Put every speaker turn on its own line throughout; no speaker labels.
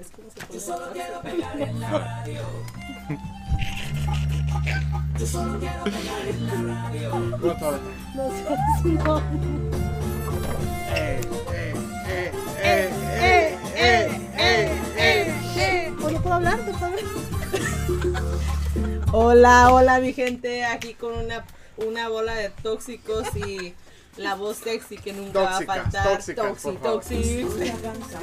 Es como se
Yo
puede
solo
llamar.
quiero pegar en la radio. Yo solo quiero pegar en la radio.
No seas un hombre. Oye, ¿puedo hablar? ¿Te puedo hablar?
Hola, hola mi gente, aquí con una, una bola de tóxicos y la voz sexy que nunca va a
Tóxicas,
faltar.
tóxicas, por favor.
toxi.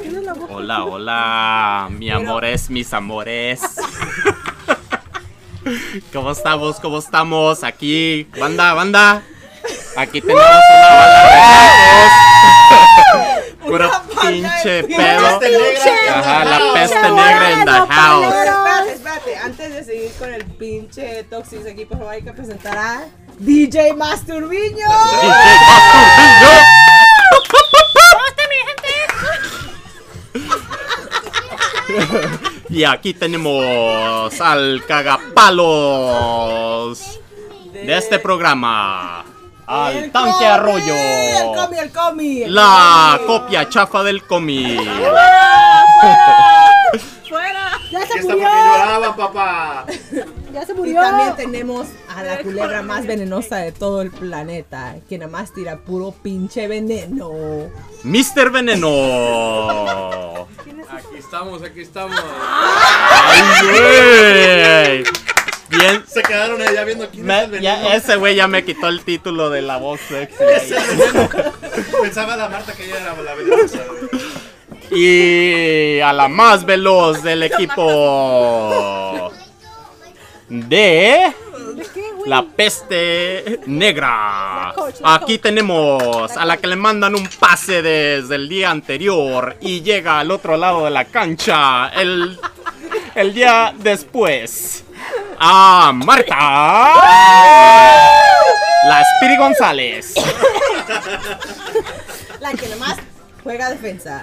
Tienes la boca.
Hola, hola, mi
Pero-
amores, mis amores. ¿Cómo estamos? ¿Cómo estamos? Aquí, banda, banda. Aquí tenemos una banda de gatos. Puro
banda de
pinche
gatos.
pedo.
Peste negra.
Ajá, la
Pinche
peste negra en the
volando,
house.
palero.
Espérate, espérate, antes de seguir con el pinche toxis aquí, por favor hay que presentar a DJ Masturbiño.
DJ Basturbillo. Y aquí tenemos al cagapalos de este programa. Al
El
tanque
Comi, El
arroyo.
comi, el comi. el
La
comi.
copia chafa del comi.
¡Fuera!
Ya
Aquí
se
está porque
murió.
lloraban, papá.
Ya
Y
se murió.
también tenemos a la culebra más venenosa de todo el planeta, que nada más tira puro pinche veneno.
Mr. Veneno.
Aquí estamos, aquí estamos.
Ay, güey. Bien.
Se quedaron allá viendo quién
me-
es el veneno.
ya ese güey ya me quitó el título de la voz sexy.
Es el veneno. Pensaba la Marta que ella era la venenosa. güey.
Y a la más veloz del equipo de
¿De qué, güey?
la peste negra.
La coach, la
Aquí tenemos a la que le mandan un pase desde el día anterior y llega al otro lado de la cancha el, el día después. A Marta. La Spiri González.
La que nada más juega defensa.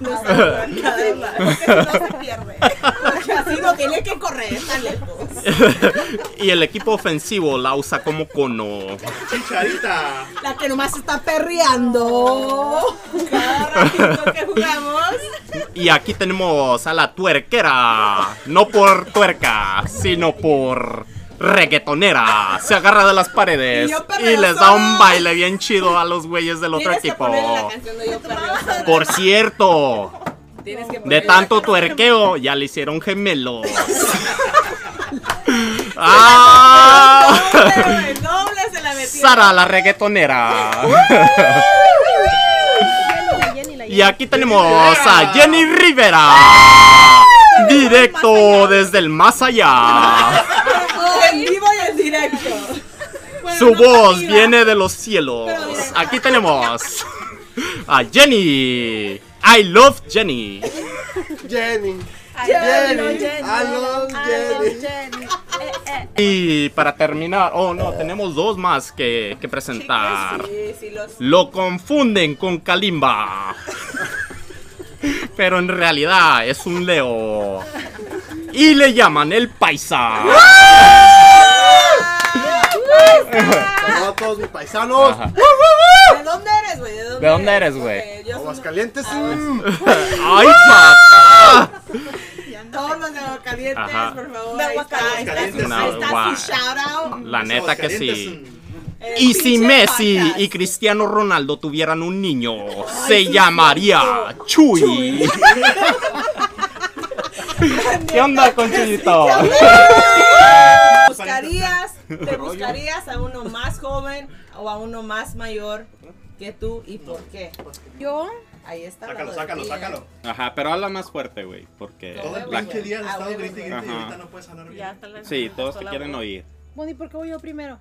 No se juega nada más.
No se pierde.
Porque así no tiene que correr tan lejos.
y el equipo ofensivo la usa como cono.
Chicharita.
La que nomás está perreando. Cada ratito que jugamos.
Y aquí tenemos a la tuerquera. No por tuerca, sino por reggaetonera. Se agarra de las paredes
Y yo
y,
perreo
les da un
sola.
baile bien chido a los güeyes del otro
Tienes que
equipo.
poner la canción de Yo Perreo Sola.
Por cierto,
Tienes que
de
ponerle
tanto
la canción.
tuerqueo ya le hicieron gemelos. ¡Ah!
Doble, güey, doble se la metió.
Sara la reggaetonera. Y aquí tenemos a Jenny Rivera. Directo desde el más allá.
En vivo y en directo.
Su voz viene de los cielos. Aquí tenemos a Jenny. I love Jenny.
Jenny.
Jenny, Jenny.
Alon Jenny.
Eh,
Y para terminar, oh no, tenemos dos más que, que presentar.
Sí, sí, los.
Lo confunden con Kalimba. Pero en realidad es un Leo. Y le llaman el paisa.
Saludos a todos mis paisanos.
Ajá.
¿De dónde eres, güey?
¿De dónde eres, güey?
Ok, yo soy-
Aguascalientes.
¡Ay, papá!
Todos los de Aguascalientes,
Ajá.
por favor.
De
ahí está, ahí está su-
Aguascalientes.
ahí está
No,
su shout-out.
La neta que sí.
Aguascalientes, mm.
El
Y si
Eh, pinche
Messi
podcast.
y Cristiano Ronaldo tuvieran un niño, se llamaría Chuy. ¿Qué onda con Chuyito?
buscarías, te buscarías a uno más joven o a uno más mayor que tú y por qué?
Yo.
Ahí está.
Sácalo,
la
sácalo,
rodilla.
sácalo.
Ajá, pero habla más fuerte, güey, porque...
Todo el
la-
pinche día has
Ah,
estado
huevo,
grite y grite y
Ajá.
ahorita no puedes hablar bien.
Sí, todos te quieren oír.
Bueno, ¿y por qué voy yo primero?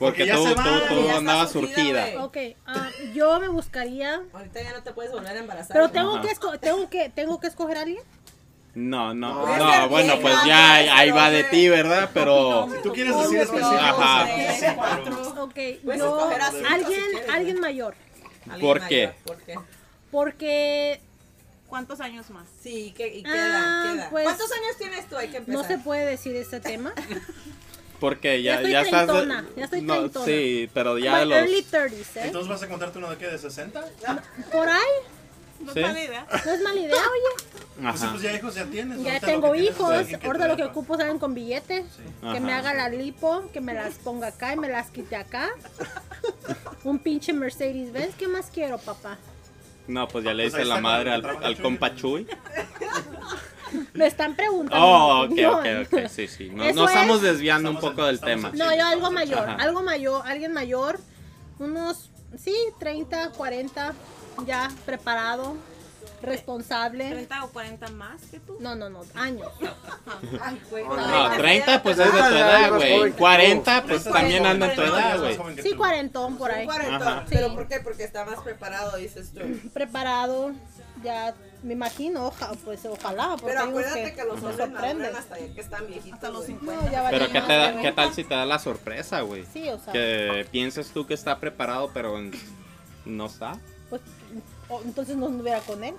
Porque ya se va,
ya está surgida, güey.
Ok, ah, yo me buscaría.
Ahorita ya no te puedes volver a embarazar.
Pero tengo
Ajá.
que, esco- tengo que tengo que escoger a alguien.
No, no,
Puede
no,
ser
bueno,
vieja,
pues
puede
ya ahí-
ser
ahí va de
hombre.
ti, ¿verdad? Pero...
Si tú quieres decir específico,
Ajá.
sí, sí, claro.
Ok,
Puedes
yo.
escoger a cinco si
Alguien,
quieres,
alguien
¿no?
mayor.
Alguien
¿Por
mayor,
qué?
¿Por qué?
Porque
¿Cuántos años más?
Sí, que, y
Ah,
queda, queda.
pues-
¿Cuántos años tienes tú? Hay que empezar.
no se puede decir este tema.
Porque
Ya
ya,
estoy
ya estás... de-
treintona, ya estoy
no,
treintona.
sí, pero ya
My
de los...
Early 30s, ¿eh?
Pues Entonces vas a encontrarte uno de qué, de 60?
Por ahí.
No
Sí.
mala idea.
No es mala idea, oye.
Pues, sí,
Ajá.
pues ya hijos ya tienes.
Ya
ahorita
tengo
lo que tienes es
hijos,
alguien que
ahorita lo
te
que
dé paz.
ocupo salen con billetes. Que me
Ajá.
haga la lipo, que me las ponga acá y me las quite acá. Un pinche Mercedes Benz, ¿qué más quiero, papá?
No, pues ya le
Pues
hice
ahí
la
está,
madre al,
trabaja
al
Chuy.
compa Chuy.
Me están preguntando.
Oh, ok,
mi
ok,
opinión.
ok, sí, sí. No,
Eso
nos estamos
es-
desviando un
Estamos
poco
en-
del
estamos
tema.
en
No, yo algo mayor,
Ajá.
algo mayor, alguien mayor, unos, sí, 30, 40, ya preparado, responsable.
30 o 40 más que tú.
No, no, no, años.
Ay, güey.
No, 30 pues es de
Ajá.
Ah,
tu edad, güey.
Joven.
40 pues
Estás
también
joven,
anda en tu
estás
edad,
más
güey.
joven que
Sí,
tú.
cuarentón por ahí.
Un cuarentón.
Ajá.
¿Pero
Sí.
por qué? Porque está más preparado, dices tú.
Preparado, ya me imagino, oja- pues ojalá. Porque
Pero
hay unos
acuérdate que los
me
hombres
sorprenden.
maduran hasta ya que están viejitos.
Hasta los
güey.
50.
No, ya vale
Pero ¿qué,
más,
te da-
güey.
¿qué tal si te da la sorpresa, güey?
Sí, o sea,
Que pienses tú que está preparado, pero en- no está.
pues, o- entonces no anduviera con él.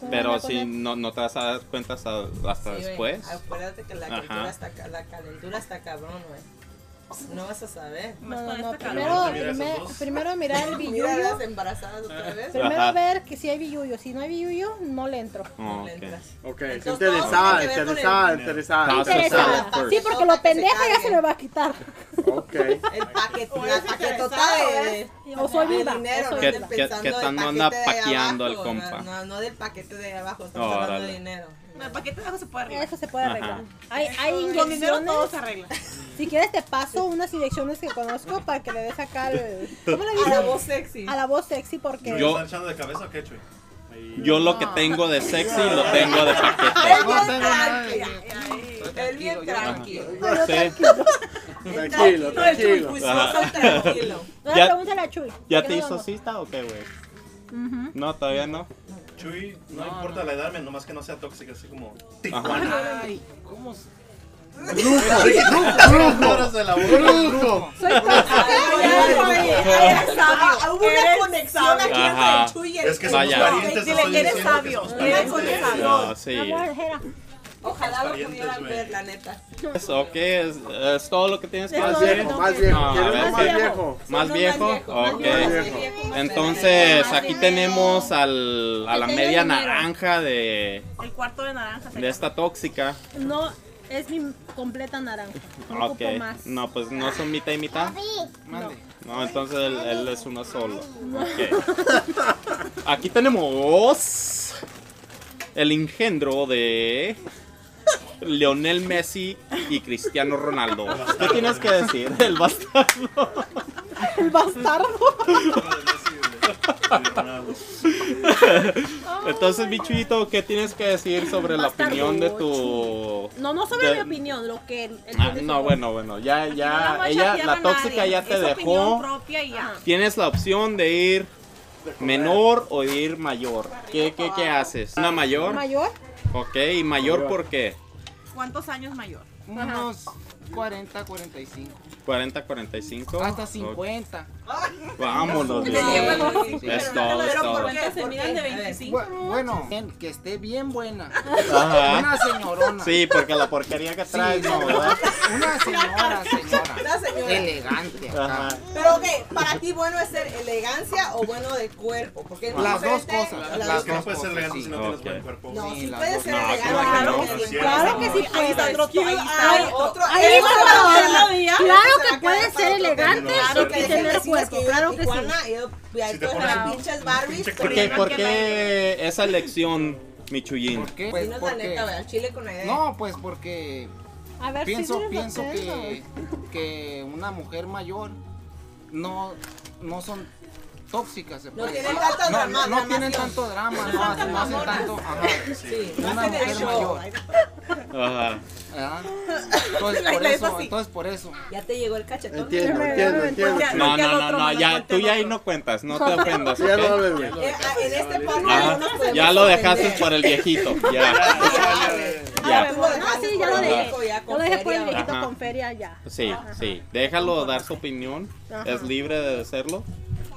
¿Cómo
Pero
anduviera con
si
él?
no, no te vas a dar cuenta hasta, hasta
Sí, güey.
después. Ah,
Acuérdate que la
Ajá.
calentura, está, ca- la calentura está cabrón, güey. No vas a saber.
Más
No,
con
no, no,
esta cara.
primero,
Mira esas
primer-
dos.
primero mirar el
Mira
billuyo.
las embarazadas
Ah,
otra vez.
Primero
Ajá.
ver que si hay billuyo. Si no hay billuyo, no le entro.
Oh,
Le
ok.
entras.
Ok.
Entonces, todo tiene
Ah, ok.
que
Entonces,
ver con el-
Ah,
interesada,
No, o sea,
Interesada.
first.
Sí, porque lo
Otra que se
pendeja ya
cague.
se me va a quitar.
Ok. El paquete, la paquetota de,
O soy
de
viva.
dinero.
o soy
¿Qué-
viva.
no del pensando
qué
del
tanto anda
paquete de
paqueando
abajo,
el compa?
No, no del paquete de abajo, estamos
Órale.
hablando de dinero.
No, el paquete de abajo se puede arreglar.
Eso se puede
Ajá.
arreglar. Hay, hay
Con dinero
inyecciones.
todo se arregla.
Si quieres te paso unas inyecciones que conozco para que le des acá el- ¿Cómo le
A la
dicen?
voz sexy.
A la voz sexy porque...
¿Me
Yo-
están echando de cabeza o qué, Chuy? Ahí.
Yo lo que tengo de sexy lo tengo de paquete.
Él bien tranqui. Él bien tranqui.
Sí.
Tranquilo,
tranquilo.
Juicioso, tranquilo.
Ahora
Ya-
pregúntale a Chuy.
¿Ya
¿por
te
qué no
hizo
vamos?
cita o qué, güey? No, todavía no.
Chuy, no, importa la edad, men, nomás que no sea tóxica, así como Tijuana.
Ay, ¿cómo? se-
Palabras de la boca.
Eres sabio. Hubo una
Eres
conexión
sabio.
aquí
Ajá.
entre Chuy y el
Es que
Chuy.
somos
Vaya.
parientes,
Dile
estoy
que eres
diciendo
sabio,
somos
eres
parientes.
conejador.
No, sí.
Vamos a la jera.
Ojalá lo
parientes,
pudieran
güey.
ver, la neta.
Es, ok, es, es todo lo que tienes que
Es
todo
decir.
lo que
No,
tengo
a
más
ver,
viejo.
¿Quieres
¿qué?
uno
más
más
viejo?
viejo?
ok.
viejo.
Entonces,
Más
aquí
viejo.
tenemos al, a la
Que tenga
media
dinero.
naranja de,
El cuarto de naranja. se
de esta tóxica.
No, es mi completa naranja. No
Ok.
ocupo más.
No, pues no son mitad y mitad. No, entonces él, él es uno solo. Ok. Aquí tenemos el engendro de Leonel Messi y Cristiano Ronaldo. ¿Qué tienes que decir? El bastardo.
El bastardo.
Entonces, bichuito, ¿qué tienes que decir sobre la
Bastardo,
opinión de tu...
No, no sobre
de-
mi opinión, lo que él... él
Ah,
tiene
no,
su-
bueno, bueno, ya,
arregla. Aquí no
ya,
voy a
ella,
chatear
la
a
tóxica
nadie.
ya te
Es opinión
dejó.
propia y ya.
Tienes la opción de ir menor o de ir mayor. ¿Qué, qué, qué haces? ¿Una mayor?
Mayor.
Ok, ¿y mayor por qué?
¿Cuántos años mayor?
Unos 40, 45.
40, 45.
Hasta
Ok.
50.
Vámonos,
Sí,
viejo.
bueno,
sí.
Es todo, es
Pero
todo.
¿por qué se miran de 25?
Bu- bueno, bien, que esté bien buena.
Ajá.
Una señorona.
Ah. Sí, porque la porquería que
Sí,
traes,
no,
no, ¿verdad?
Una señora, señora.
La señora.
Elegante. acá.
Ajá.
Pero ok, para ti bueno es ser elegancia o bueno de cuerpo. Porque es
Las dos
diferente-
cosas,
las
las
Es
dos
que no
dos
puedes ser
cosas,
elegante
sí.
si no tienes
Ok.
buen cuerpo.
No,
Sí,
sí
las
puede
dos.
ser
No,
elegante.
claro que no.
porque sí.
Claro que sí
Ahí
puedes.
está otro- ahí
Ahí está.
otro-
Ahí
ahí
está
otro
la
tema.
otra.
Ya.
Claro
Eso se
que
va a
puede
quedar
ser
para otro tema.
elegante
Claro
y
que sí,
tener
decimos
cuerpo,
que yo
claro
en
que sí.
Tijuana, yo- y ahí
Si te
todas
pones
las
un
pinches Barbies,
pinche
¿Por
pero
qué,
no-
por qué esa elección, Michullín?
¿Por qué?
Sí,
Pues
no es la
porque.
neta, güey, al chile con la idea.
No, pues porque
A ver
pienso,
si
pienso que, que una mujer mayor no, no son tóxicas, se
No
puede
tienen
decir.
tanto
no,
drama-
no tienen
dramación.
tanto drama, no, hacen- no hacen tanto. Ajá.
Sí, no
Una
hacen el
mujer
show.
mayor.
Ajá.
¿verdad? Entonces
La
por
iglesia
eso,
sí.
entonces por eso.
Ya te llegó el cachetón. Eh,
Entiendo, entiendo, entiendo.
Ya,
No,
ya el
no, no,
otro
no,
mandó
ya,
el
tú ya ahí
otro.
no cuentas, no te ofendas,
Ya no
¿ok?
Eh, ah, en este podcast
Ajá.
no nos podemos
Ya lo dejaste
ofender.
por el viejito, ya,
Ah,
ya.
Tú lo dejaste
No, sí, ya
por
lo
el
dejé.
viejo, ya
Yo lo dejé por el
con feria.
viejito
Ajá.
con feria ya.
Sí, sí, déjalo dar su opinión,
Ajá.
es libre de hacerlo.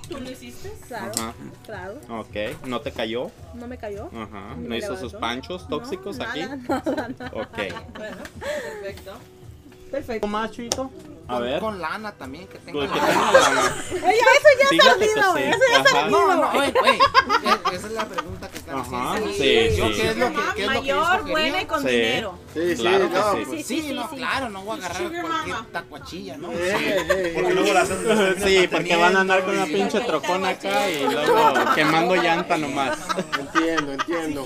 ¿Tú lo hiciste?
Claro,
Ajá.
claro.
Ok, no te cayó.
No me cayó.
Ajá.
Ni
No
me
hizo sus
levantó.
panchos
No,
tóxicos
nada,
aquí.
nada, nada.
Ok.
Perfecto.
¿Algo más, Chuito? A
Con-
ver.
Con lana también, que tenga
Pues que
lana.
tenga lana.
Ella, eso ya es
Fíjate que
ardido,
sí.
eso ya es
Ajá.
ardido.
No, no, oye, oye, e- esa es la pregunta que está
Ajá,
Sí,
sí,
Yo
sí.
qué es lo que, qué es lo que yo
Mayor,
escogería?
buena y con
Sí.
dinero.
Sí, sí,
Claro que
no,
sí.
pues,
Sí,
Sí,
no,
sí.
claro, no voy a agarrar
Sugar
cualquier
mama.
tacuachilla, ¿no?
eh, eh,
Porque
eh.
luego las las terminan
Sí, porque van a andar con una
manteniendo y-
pinche trocona acá y luego quemando llanta nomás.
Entiendo, entiendo.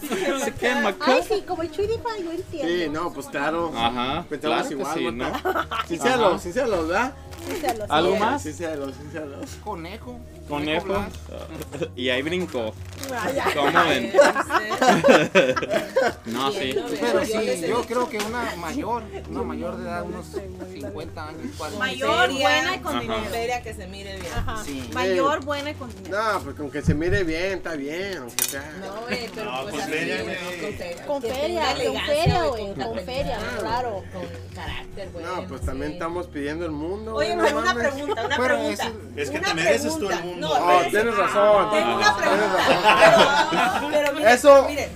Se quema
Ay,
acá.
sí, como el churipa, yo entiendo.
Sí, no, pues claro.
Ajá,
Pensamos
claro que
igual,
sí, ¿no?
¿no? Sinceros,
Ajá.
sinceros, ¿verdad?
Díselo, sí.
¿Algo más?
Sinceros, sinceros.
Conejo.
Conejo.
blanco.
Y ahí brincó.
Ah,
¿Cómo ven? No, sí.
Pero sí, yo creo que una mayor, una mayor de edad, unos 50 años, 40.
Mayor, buena y con
Ajá.
dinero.
Feria que se mire bien.
Sí.
Mayor, buena y con dinero.
No, pues con que se mire bien, está bien, aunque sea.
No, güey, pero
No,
pues
pues,
así,
feria,
güey,
güey.
con feria.
Con
Que
feria,
tenga
con
elegancia,
feria,
güey,
güey, con feria, claro.
Con carácter, güey.
No, pues también
sé.
estamos pidiendo el mundo.
Oye,
güey,
pero
no
una
mames.
pregunta, una
Pero es-
pregunta.
Ah,
Es que
Una
te mereces tú el
pregunta.
mundo.
No,
Oh,
güey.
tienes razón.
Tengo una pregunta.
Ajá.
Pero, pero miren,
Eso-
miren,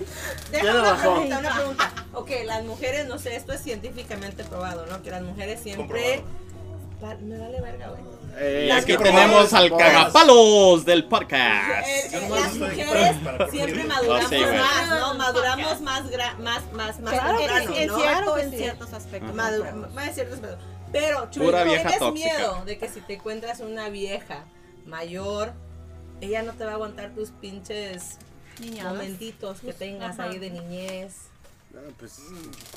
deja
Tiene
una
razón.
pregunta, una pregunta. Ok, las mujeres, no sé, esto es científicamente probado, ¿no? Que las mujeres siempre. Va- me vale verga, güey.
Eh,
Y aquí
que
tenemos
probamos,
al
probamos.
cagapalos del
Eh,
podcast.
eh,
no
las
estoy
mujeres
para- para-
siempre
No,
maduramos
sí, güey.
más, ¿no? Maduramos más, gra- más, más, más
Claro que
temprano, ¿no?
sí,
En
claro
cierto,
que
en
sí.
ciertos aspectos.
Madura- más de ciertos pedos. Pero, Chuy,
Pura
¿no
vieja
tienes
tóxica.
miedo de que si te encuentras una vieja mayor, ella no te va a aguantar tus pinches
Niñadas. Pues,
momentitos que tengas
Ajá.
ahí de niñez?
No, pues,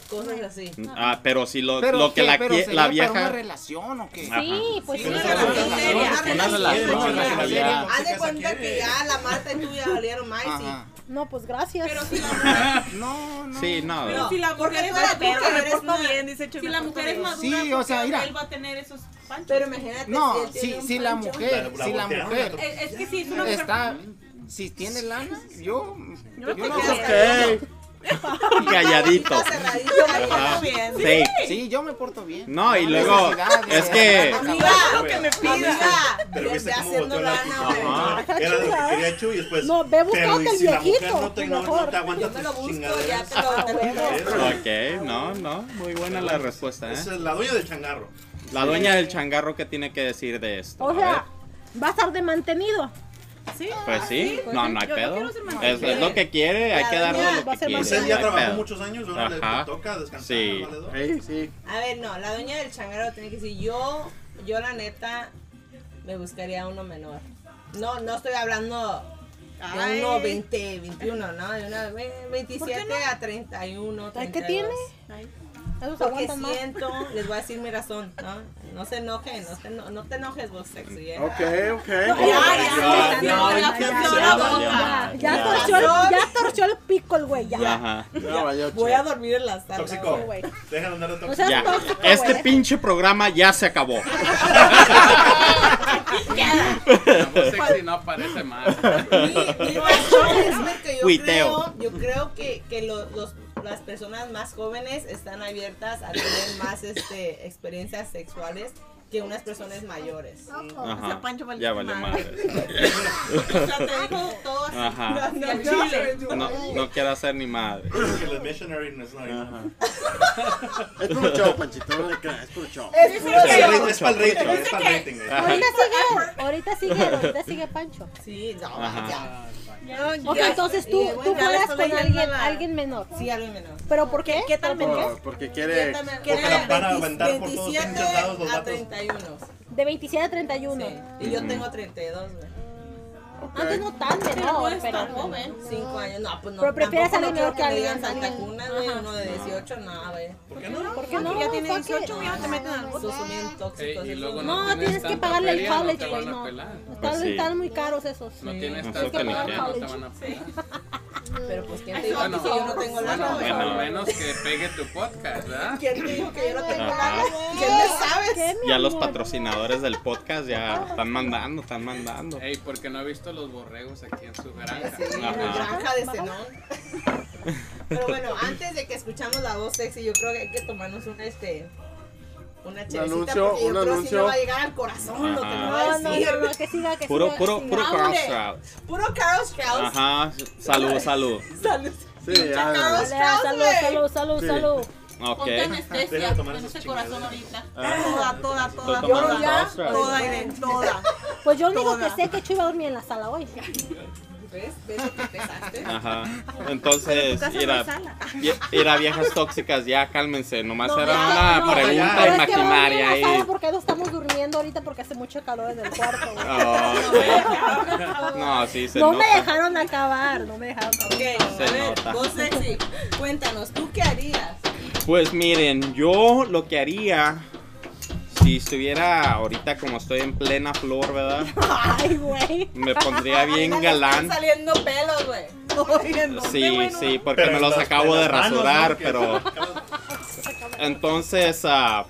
Cosas así.
Ah, pero si lo,
Pero
lo que
¿qué?
la,
¿Pero
quie-
sería
la
para una
vieja.
relación o qué?
Ah.
Sí, pues sí.
Pero
Una
es una
relación
relación,
seria,
una relación,
seria.
una relación.
Haz de
Chicas,
cuenta
aquí,
que
eh.
ya la Marta y tú ya valieron más
Ajá.
No, pues gracias.
Pero si la mujer,
No, no.
Sí, no.
Pero si la
Porque
mujer es
tú eres
madura,
mujer,
me
eres
porto
una-
bien, dice Chuy,
si
me
la
porto
mujer es
bien.
madura,
Sí, o sea, mira.
Él va a tener esos panchos.
pero imagínate
No,
él tiene
si,
un
si la
pancho.
mujer,
La- la
si la
voltearon.
mujer
Eh, es que sí, es una mujer.
está, si tiene lana, yo,
Yo
yo
te
no
creo.
sé.
ok.
Calladito.
Está cerradito ahí.
Ajá.
bien.
Sí.
Sí, yo me porto bien.
No, y
hay
luego.
necesidad de-
Es que.
Amiga,
lo que me
amiga,
Pero viste
desde
cómo volteó
haciendo
la
lana,
actitud.
güey. ¿eh?
Ajá.
Ajá. Era lo que quería Chu y después.
No, ve
pero
buscándote
y
el
si la mujer
viejito,
no te,
tú
no, no
mejor.
te aguanta
Yo me lo
tus
busco, ya
chingaderas.
te lo
Ok, no, no. Muy buena la respuesta,
Es
¿eh?
la dueña del changarro.
La dueña del changarro, ¿qué tiene que decir de esto?
O
A
sea, va a estar de mantenido.
¿Ah, Sí.
ver, Pues sí, no, no hay
Yo no
pedo.
quiero ser mamá.
Es, es lo que quiere, hay que darle
dueña
lo
va a
que
ser
quiere.
mamá.
Pues él
no
ya
hay
trabajó
pedo.
muchos años, ahora le
Ajá.
toca descansar.
Sí.
al valedor.
Sí, sí.
A ver, no, la dueña del changarro tiene que decir, yo, yo la neta, me buscaría uno menor. No, no estoy hablando de
Ay.
uno 20, 21, ¿no? De uno ve- 27 a 31, 32.
Ay, ¿Qué tiene?
Ay.
Esos
Porque
aguantan más.
siento, les voy a decir mi razón, ¿no? No se enojen, no te, no, no te enojes vos, sexy, ¿eh?
Ok, ok.
Ya, ya,
No, ya, ya, ya,
ya, ya, ya,
ya,
ya.
Ya
Ya.
torció el- ya torció el pico el güey, ya.
Ajá.
Ya valió,
Voy a dormir en la sala.
Tóxico.
güey.
Dejan andar de
O
tóxico.
sea,
Ya.
no, chico,
Este
güey.
pinche programa ya se acabó.
La voz sexy no aparece mal.
Mi, mi razón es porque yo creo,
Cuiteo.
yo creo que, que lo- los, las personas más jóvenes están abiertas a tener más este, experiencias sexuales que unas personas mayores.
Oh,
Ajá.
Pancho valió
Ya valió
madre.
madre.
O sea, te digo todo así.
Ajá.
No,
Al
no,
chile.
No, no quiero hacer ni madre.
Porque el missionary no es nada.
Es puro show, Panchito, no le creas, es puro show.
Es puro
Es
show.
para el rating, es para el rating, es para el rating. güey.
Ahorita sigue, ahorita sigue, ahorita sigue Pancho.
Sí, no,
Ajá.
ya.
Ok, entonces tú,
Y bueno,
tú
ya le
juegas
estoy
con
leyendo
alguien,
la-
alguien menor.
Sí, algo menos.
¿Pero por qué?
¿Qué tal
¿Pero por
Por- porque quiere.
Porque la van a aventar por todos
27
pinches lados los
a
vatos.
31.
qué? De 27 a 31.
Sí. Y yo tengo 32, güey.
Antes no tan
no
menor,
es
pero...
tan joven.
5 años. No, pues no.
Pero prefieres
tampoco
a
no creo
alguien que
que me
alguien,
digan Santa
alguien-
Cuna, güey, uno de 18, no, güey.
¿Por qué no?
¿Por qué no?
Ya tiene
Fuck it.
18, ya te meten al bote.
Esos son bien
Eh,
tóxicos.
y luego
esos-
No,
No tienes
tienes que
tanta
pagarle el
feria, no te
college,
van
güey,
a
no.
pelar.
Pues
Están,
sí.
están muy caros esos.
No
Sí.
tienes
Nosotros
tanta
ni
lana, no
qué.
te van a pelar.
Pero pues, ¿quién te
Ay,
dijo
bueno.
que yo no tengo lana, güey?
Bueno.
Bueno, al menos que pegue tu podcast, ¿verdad?
¿Quién te dijo que yo no tengo
Ajá.
lana? ¿Quién me sabes?
¿Qué, mi
Ya los
amor?
patrocinadores del podcast ya están mandando, están mandando.
Ey, porque no he visto los borregos aquí en su granja.
Sí,
Ajá.
la granja de Zenón. Pero bueno, antes de que escuchamos la voz sexy, yo creo que hay que tomarnos un este. Una cherecita
anuncio,
porque yo
un
creo que si
anuncio.
no va a llegar al corazón, lo que me va a
No,
Ah,
no,
decir.
no, no, que siga, que
Puro,
siga.
puro,
que
puro
siga.
Carl
Hombre.
Strauss.
Puro Carl Strauss.
Ajá. Salud, salud.
Salud.
Sí, ya.
Chacaos.
Dale, Salud, salud, salud,
Sí.
salud.
Ok.
Ponte anestesia
Deja de tomar
en
esas
ese corazón ahorita.
chingaderas.
Toda, toda, toda,
Estoy tomando
toda.
Carl
Toda,
Strauss.
toda, Irene, toda.
Pues yo lo único que
Toda.
sé es que Chuy va a dormir en la sala hoy.
¿Ves? ¿Ves lo que pesaste?
Ajá.
Pero tu
Entonces,
casa no
era,
es sala.
era viejas tóxicas, ya cálmense, nomás
No,
era
ya,
una pregunta
no, pero es que vamos a ir
imaginaria
a la
ahí.
sala Porque no estamos durmiendo ahorita porque hace mucho calor en el cuarto. güey.
Ah, ok. No, sí, se
no
nota.
me dejaron acabar, no me dejaron acabar.
Ok,
Se
a ver,
nota.
vos sexy, cuéntanos, ¿tú qué harías?
Pues miren, yo lo que haría si estuviera ahorita como estoy en plena flor, ¿verdad?
Ay, güey.
Me pondría bien
Ay, ya le
galán.
Están saliendo pelos, güey.
Sí, sí, porque
Pero
me
en
los
las-
acabo
en
de
las manos,
rasurar,
¿no? Que-
pero entonces ah,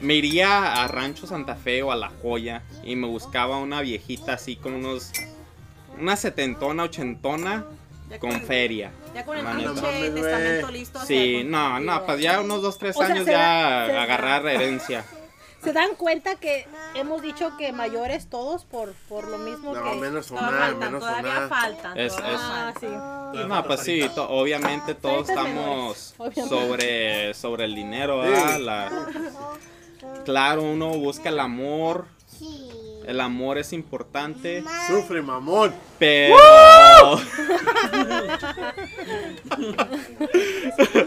me iría a Rancho Santa Fe o a La Joya y me buscaba una viejita así como unos una setentona, ochentona
Ya
con feria.
Ya con el
La neta.
No
pinche
mames,
testamento
güey.
listo. o sea,
Sí,
con-
no, no, pues ya unos dos, tres
O sea,
años
será- será-
ya agarrar herencia.
¿Se dan cuenta que hemos dicho que mayores todos por, por lo mismo
No,
que...
menos
Todavía
una,
faltan,
menos
todavía
una.
faltan.
Es-
todavía
es-
Ah,
faltan.
sí.
No, pues sí, to- obviamente todos
Ahorita
estamos
menores,
sobre, sobre el dinero, ¿verdad?
Sí.
La- claro, uno busca el amor, el amor es importante,
Sufre, mamón.
pero...
Tú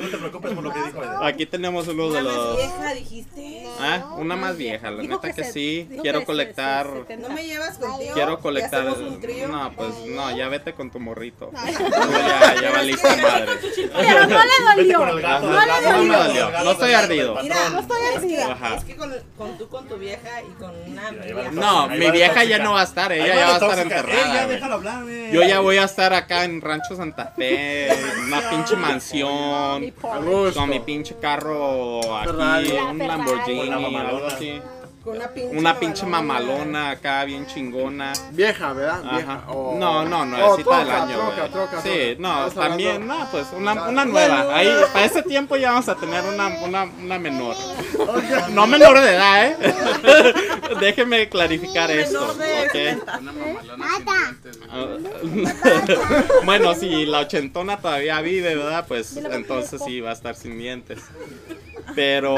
no te preocupes por lo que dijo Eder.
Aquí tenemos uno de
Una más
los...
vieja, dijiste.
Ah, una más vieja, la
Dijo
neta que
se-
sí,
dijo
quiero
que se-
colectar...
se- se-
No me llevas contigo.
Quiero colectar...
¿Y hacemos un trío?
No, pues no, ya vete con tu morrito. Ya, ya valiste madre.
Pero no le
Vete
dolió.
con el gato.
No
del
le
gato,
dolió.
del
No me
gato,
dolió,
del gato,
no estoy
del gato,
ardida.
del
Mira,
patrón.
no estoy
Ajá.
ardida. Es que con, con tú, con tu vieja y con una
Ya,
mi
ya va la
vieja.
No,
Ahí
mi
va la
vieja ya
tóxica.
no va a estar,
Ahí va
ella ya
la
va a estar
tóxica.
enterrada.
Eh, ya
güey.
déjalo hablar, güey.
Yo ya voy a estar acá en Rancho Santa Fe, en una pinche mansión,
A
Pobre.
gusto.
con mi pinche carro
Ferrari.
aquí,
La
un
Ferrari.
Lamborghini,
Una mamalona.
algo así.
Con una pinche
Una pinche mamalona acá, bien chingona.
Vieja, ¿verdad? Vieja.
Ajá.
O-
No, no, no,
o
es cita del
troca,
año.
troca,
güey.
troca,
Sí,
troca.
no,
Estás hablando-
también, no, pues una,
Claro.
una nueva. Ahí, para ese tiempo ya vamos a tener una, una, una menor. No menor de edad, ¿eh? Déjeme clarificar esto.
Menor de
¿ok?
70.
Una mamalona sin dientes, güey.
Ah, bueno, si la ochentona todavía vive, ¿verdad? Pues
Dile,
entonces
Paco.
sí va a estar sin dientes. Pero,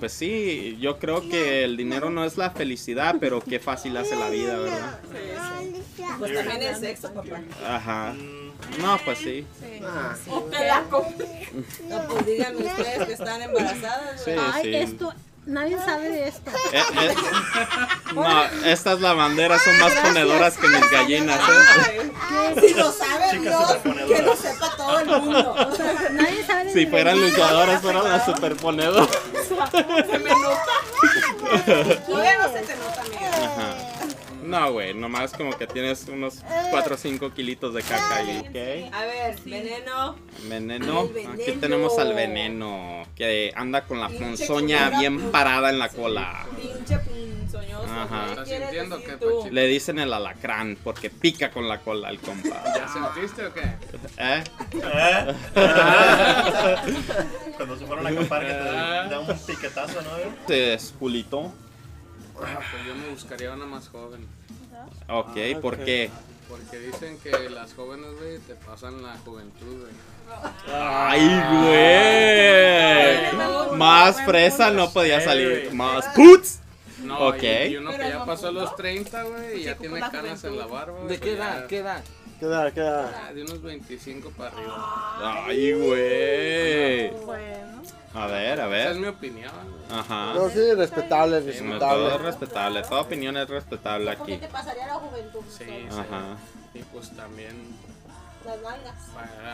pues sí, yo creo que el dinero no es la felicidad, pero qué fácil hace la vida, ¿verdad?
Pues también el sexo, papá.
Ajá. No, pues sí.
Ah,
No, pues díganme ustedes que están embarazadas.
Sí,
güey.
sí.
Ay, esto... Nadie sabe de esto.
Eh, eh, no, estas lavanderas son más ponedoras que mis gallinas, ¿eh?
Si lo sabe
Chicas
Dios, que lo
superponedoras.
sepa todo el mundo. O sea,
Nadie sabe de
Si fueran
de-
luchadoras, fueran las superponedoras.
todavía no se te nota, amiga.
Ajá. No, güey, nomás como que tienes unos 4 o 5 kilitos de caca ahí, ¿ok?
A ver, veneno.
Veneno.
El
Aquí
veneno.
tenemos al veneno, que anda con la
Pinche
ponzoña
culera,
bien
pu-
parada en la cola.
Pinche punzoñoso.
Ajá.
¿qué
Estás
quieres
sintiendo
decir
que,
tú?
Panchito.
Le dicen el alacrán porque pica con la cola el compa.
¿Ya sentiste o qué?
¿Eh?
¿Eh?
Ah.
Cuando se fueron a acampar que te da un piquetazo, ¿no? güey?
Te espulitó.
Ah, pues yo me buscaría una más joven.
Ok, ¿por qué?
Porque dicen que las jóvenes, güey, te pasan la juventud, güey.
¡Ay, güey! Más fresa no podía salir.
güey.
Más putz.
No,
Ok.
y, y uno que ya pasó los 30, güey, y ya tiene canas en la barba. güey,
¿De qué
pues ya-
edad? ¿Qué edad?
Queda, queda.
Ah, De unos 25 para arriba.
¡Ay, güey! A ver, a
Esa es
ver.
mi opinión. güey.
Ajá.
No, sí, respetable,
No, Todo es
respetable.
respetable, toda opinión es respetable aquí.
pasaría la juventud?
Sí,
Ajá.
sí. Y pues también.
Las nalgas.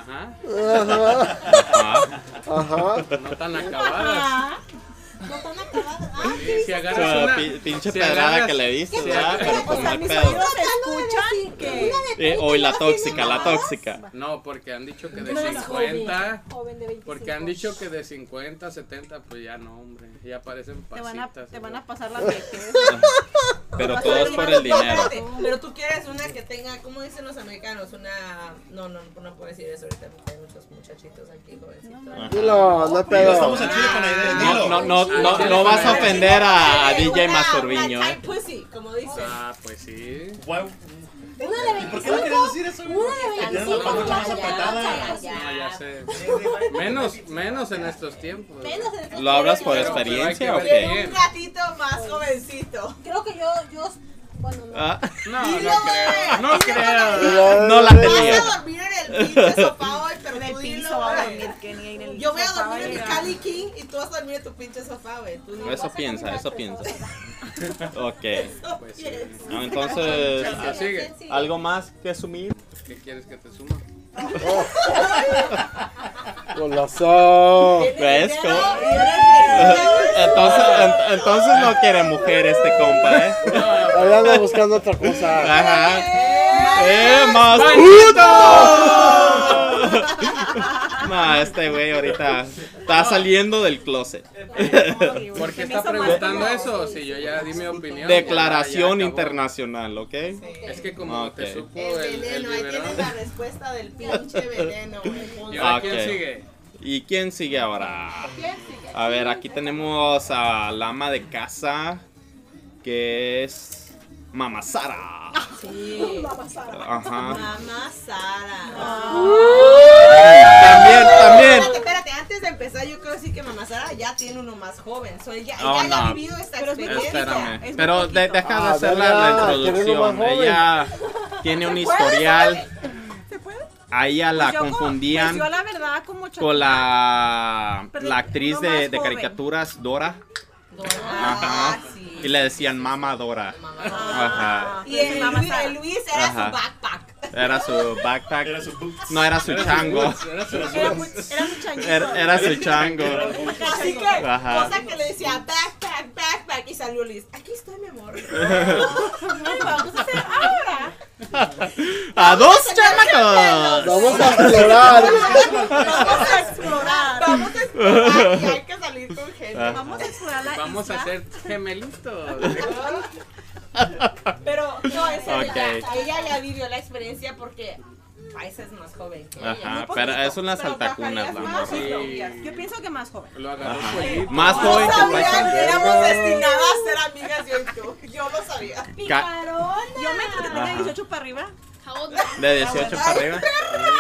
Ajá. pues
Ajá,
Ajá.
ajá.
No tan acabadas. Ah, Sí, si
O
agarras
sea,
una.
pi- pinche
si
pedrada
agarras-
que le diste,
si
¿verdad?
agarras-
Pero pues no hay pedo.
escuchan que
Eh, hoy la tóxica, la tóxica.
No, porque han dicho que de 50. Porque han dicho que de 50, 70, pues ya no, hombre. Ya parecen
Te van, a,
pasitas.
te van
güey.
a pasar las viejas.
pues
Pero todo es por el dinero.
Espérate, Pero tú quieres una que tenga, ¿cómo dicen los americanos? Una. No, no, no puedo decir eso ahorita porque hay muchos muchachitos aquí, jovencitos.
Dilo, no hay
Dilo,
pedo.
Estamos al chile con la idea,
No,
dilo.
no, no, no, no vas a ofender a, a DJ Masturbiño,
Eh, Una
¿eh?
tight pussy, como dicen.
Ah, pues sí.
Guau.
Una de
¿Por qué no quieres decir eso? güey? Que tienes la mano mucho más apretada.
No, ya sé. Menos, menos en estos tiempos.
¿Lo hablas por
Pero- pero hay que
experiencia o
ver
qué?
bien.
Un gatito más jovencito.
Creo que yo, yo, Bueno, no.
Ah,
No, no creo. No creo.
No la
Vas
tenía.
a dormir en el pinche sofá hoy, pero
el
tú
piso
dilo,
va a
güey.
dormir Kenny ahí en el
Yo voy a
sofá,
dormir en mi
oiga.
Cali King y tú vas a dormir en tu pinche sofá, güey. Tú dilo.
Eso piensa, eso piensa. Ok.
Pues sí.
No, entonces,
Ah, sigue.
¿algo más que asumir?
¿Qué quieres que te suma?
Golazo.
¿Ves? ¿Cómo? Entonces, en- entonces no quiere mujer este compa, ¿eh?
Ahí anda buscando otra cosa.
Ajá. ¡Eh, más puto! No, este güey ahorita está saliendo del closet.
¿Por
Se
qué
me
está
hizo mal.
preguntando eso? Si yo ya di mi opinión. ya-
Declaración
ya acabó.
internacional, ¿ok?
Es que como
Ok.
te supo
El
el, Pues, el
veneno, ahí tienes la
biberón.
respuesta del pinche veneno,
¿Y
güey.
ahora
Ah, Ok.
quién sigue?
¿Y quién sigue ahora? A ver, aquí tenemos a la ama de casa, que es Mama Sara.
Sí.
Ajá.
Mamá
Ah.
Sara.
También, también.
Espérate, espérate, antes de empezar, yo creo sí que Mamá Sara ya tiene uno más joven. So, ella,
Oh,
ella ya
no.
ha vivido esta
Pero es muy
experiencia.
Es
Espérame,
muy
pero
poquito.
de- deja de
Ah,
hacer la,
dale,
la
dale, quiero
introducción.
uno más joven.
Ella tiene un historial. A ella la
Yo como-
confundían
pues yo la verdad como
con
chaqueta.
la,
Pero
la actriz
no
de,
más
de
joven.
caricaturas Dora.
Ah,
Ajá.
sí.
Y le decían Mama Dora.
Ah,
Ajá.
Y el,
Mamá
Luis-
Sara.
el Luis era
Ajá.
su backpack.
Era su backpack.
Era su boots.
No, era su chango.
Era su-
Era muy, era muy changuito.
Era, era su chango.
Así que,
Ajá.
cosa que le decía backpack, backpack. Y salió Luis. Aquí estoy, mi amor.
Ay, vamos a hacer ahora.
¡A dos chamacos!
Vamos a explorar.
Vamos a explorar.
Vamos a explorar y hay que salir con gente.
Vamos a explorar la
Vamos
isla.
a ser gemelitos.
Pero no, es
Ok.
verdad. Ella ya vivió la experiencia porque Paisa es más joven que ella.
Ajá,
poquito,
pero es una
pero
saltacuna,
bajarías
la
más.
morra.
Yo pienso que más joven.
Lo agarró solito.
Más
No
joven que
¿eh?
sabía que
Paisa.
éramos destinadas a ser amigas yo y tú. Yo lo sabía.
Yo me creo que tenga
Ajá.
18 para arriba.
De 18 para arriba.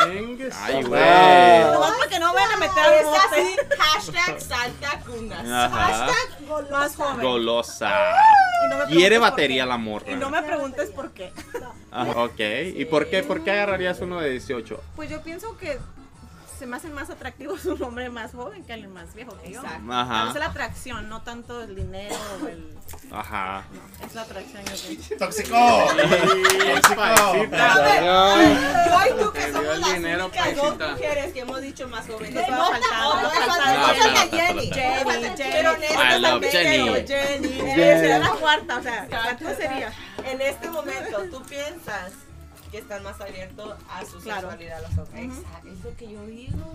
Venga,
Ay,
Ah.
güey.
Nomás porque no vayan a meter al
Es así,
bote.
hashtag salta cunas.
Ajá.
Más joven.
Golosa.
Y no me
Quiere
preguntes por
batería
qué.
la morra.
Y no me preguntes por qué.
Ah, ok. ¿Y por qué, por qué agarrarías uno de 18?
Pues yo pienso que se me hacen más atractivos un hombre más joven que alguien más viejo que yo.
Exacto.
A veces
Ajá.
la atracción, no tanto el dinero o el...
Ajá.
Es la atracción yo pienso.
Tóxico.
paisita.
Yo y tú que
Te
somos
dio el
las
dinero,
únicas dos
paisita.
mujeres que hemos dicho más jóvenes.
Nos va a faltar,
No,
nos va a
no, no,
faltar
no,
Jenny.
no, falta Jenny.
Jenny, Jenny.
Pero en este
I love
momento,
Jenny.
Jenny, en
Jenny.
Será
este-
la cuarta, o sea, ¿cuánto sería?
En este momento, tú piensas que están más abiertos a su
Claro.
sexualidad los hombres. Exacto, es lo que yo digo.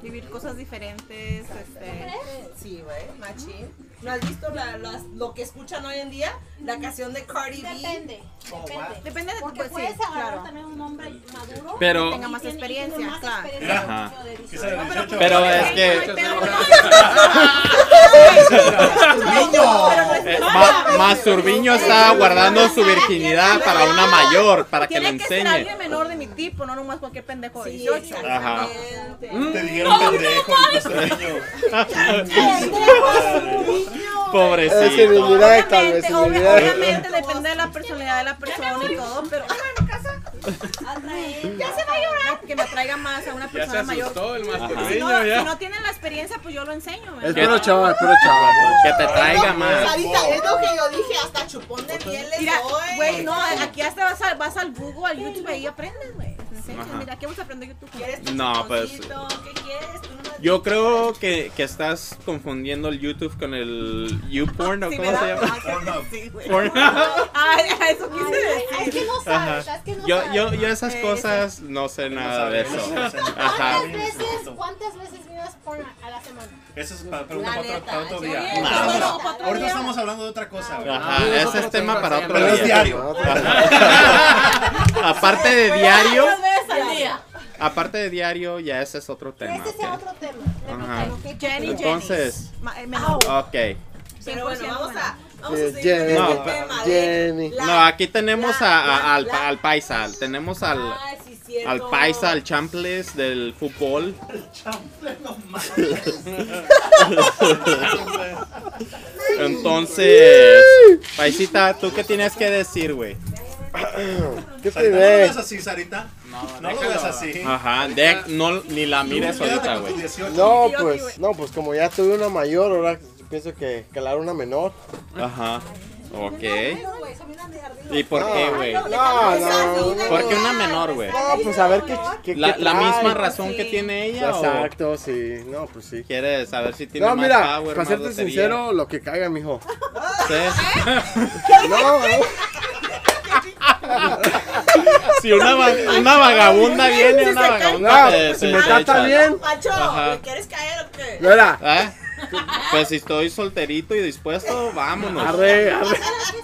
Vivir cosas diferentes, este...
Sí, güey, machín. ¿No has visto la- las- lo que escuchan hoy en día? La canción de Cardi B.
Depende,
Oh, wow.
depende.
Depende de tu...
Porque
Pues sí,
puedes agarrar
claro.
también un hombre maduro.
Pero-
y
Tenga más
tiene- y tiene
experiencia,
más
claro.
experiencia
Ajá.
que yo de
Que sea de 18.
Pero es que. eh, Ma- Masturbiño está guardando su virginidad para una mayor, para que le
Tiene que ser
enseñe.
alguien menor de mi tipo, no nomás cualquier pendejo de
Sí,
18.
Ajá.
exactamente.
Ah,
Mm.
Te dijeron pendejo, niño.
Es que
Pobrecito.
mi-
Obviamente,
Directa, güey, sin
obvi-
mirar.
obviamente depende de la personalidad de la persona y todo, pero
atraer.
ya se va a llorar. Que me atraiga más a una
Ya se
persona mayor.
asustó el más
Ajá.
Si
pequeño,
no, si
ya.
no tienen la experiencia, pues yo lo enseño. ¿verdad?
Es puro chaval, es puro chaval.
Que te traiga más.
Sarita, Pues es lo que yo dije, hasta chupón de miel les
Mira,
doy.
güey, no, aquí hasta vas al, vas al Google, al YouTube y aprendes, güey. En serio,
Ajá.
Mira, aquí vamos a aprender YouTube.
¿Quieres tu
No, pues-
chuponcito? ¿Qué quieres? Tú nomás
Yo creo que, que estás confundiendo el YouTube con el YouPorn o
Sí,
cómo se
¿verdad?
llama.
Pornhub.
Porn.
Ay, eso quise
Ay,
decir.
ay, Es que no sabes, es que no
Yo,
sabes.
yo, yo esas
Eh,
cosas no sé nada de
No
eso.
sabes, no sabes.
Ajá.
¿Cuántas veces, cuántas veces miras porno a la semana?
Eso es para pregunta para otro, para otro
sí. No,
día. Ahorita-
no, para otro
ahorita
día.
estamos hablando de otra cosa. güey.
Ajá,
No,
ese
nosotros
es tema para
tenemos
otro
Pero es
día.
diario.
Aparte de diario,
Dos veces al día.
aparte de diario, ya ese es otro tema.
Este es
ok.
otro tema. Me
Ajá.
noté, ¿ok?
Jenny,
Entonces,
Jenny. Ma- eh, menor.
Ok.
Pero bueno,
100%
vamos a, vamos a
Eh,
seguir
Jenny,
con
No,
este tema de
Jenny.
la-
No, aquí tenemos
la-
a, a-
la-
al,
la-
al paisa, tenemos al,
Ay, sí, cierto.
al paisa, al champles del fútbol.
Chample, no mames.
Entonces, Paisita, ¿tú qué tienes que decir, güey?
¿Qué te ¿No lo ves así, Sarita? No, no lo
déjalo.
ves así.
Ajá, de- no, ni la mires
Quédate
ahorita,
con tus
güey.
18.
No, pues, no, pues como ya tuve una mayor, ahora pienso que calar una menor.
Ajá. Ok. ¿Y por qué, güey?
Ah, No, no, no.
¿Por qué una menor, güey?
No, pues a ver qué. qué-
La,
qué
la
trae.
misma razón que tiene ella.
Exacto, sí. No, pues sí.
¿Quieres saber si tiene
No,
más
mira,
power,
para
más
serte
lotería?
sincero, lo que caiga, mijo.
Sí.
No, no.
Si una, va- una vagabunda viene, una vagabunda.
No, pues,
te-
si
te-
me
te
trata
echa.
bien.
Macho,
Ajá.
¿me quieres caer o qué?
Mira.
¿Ah? Pues si estoy solterito y dispuesto, vámonos.
Arre, arre.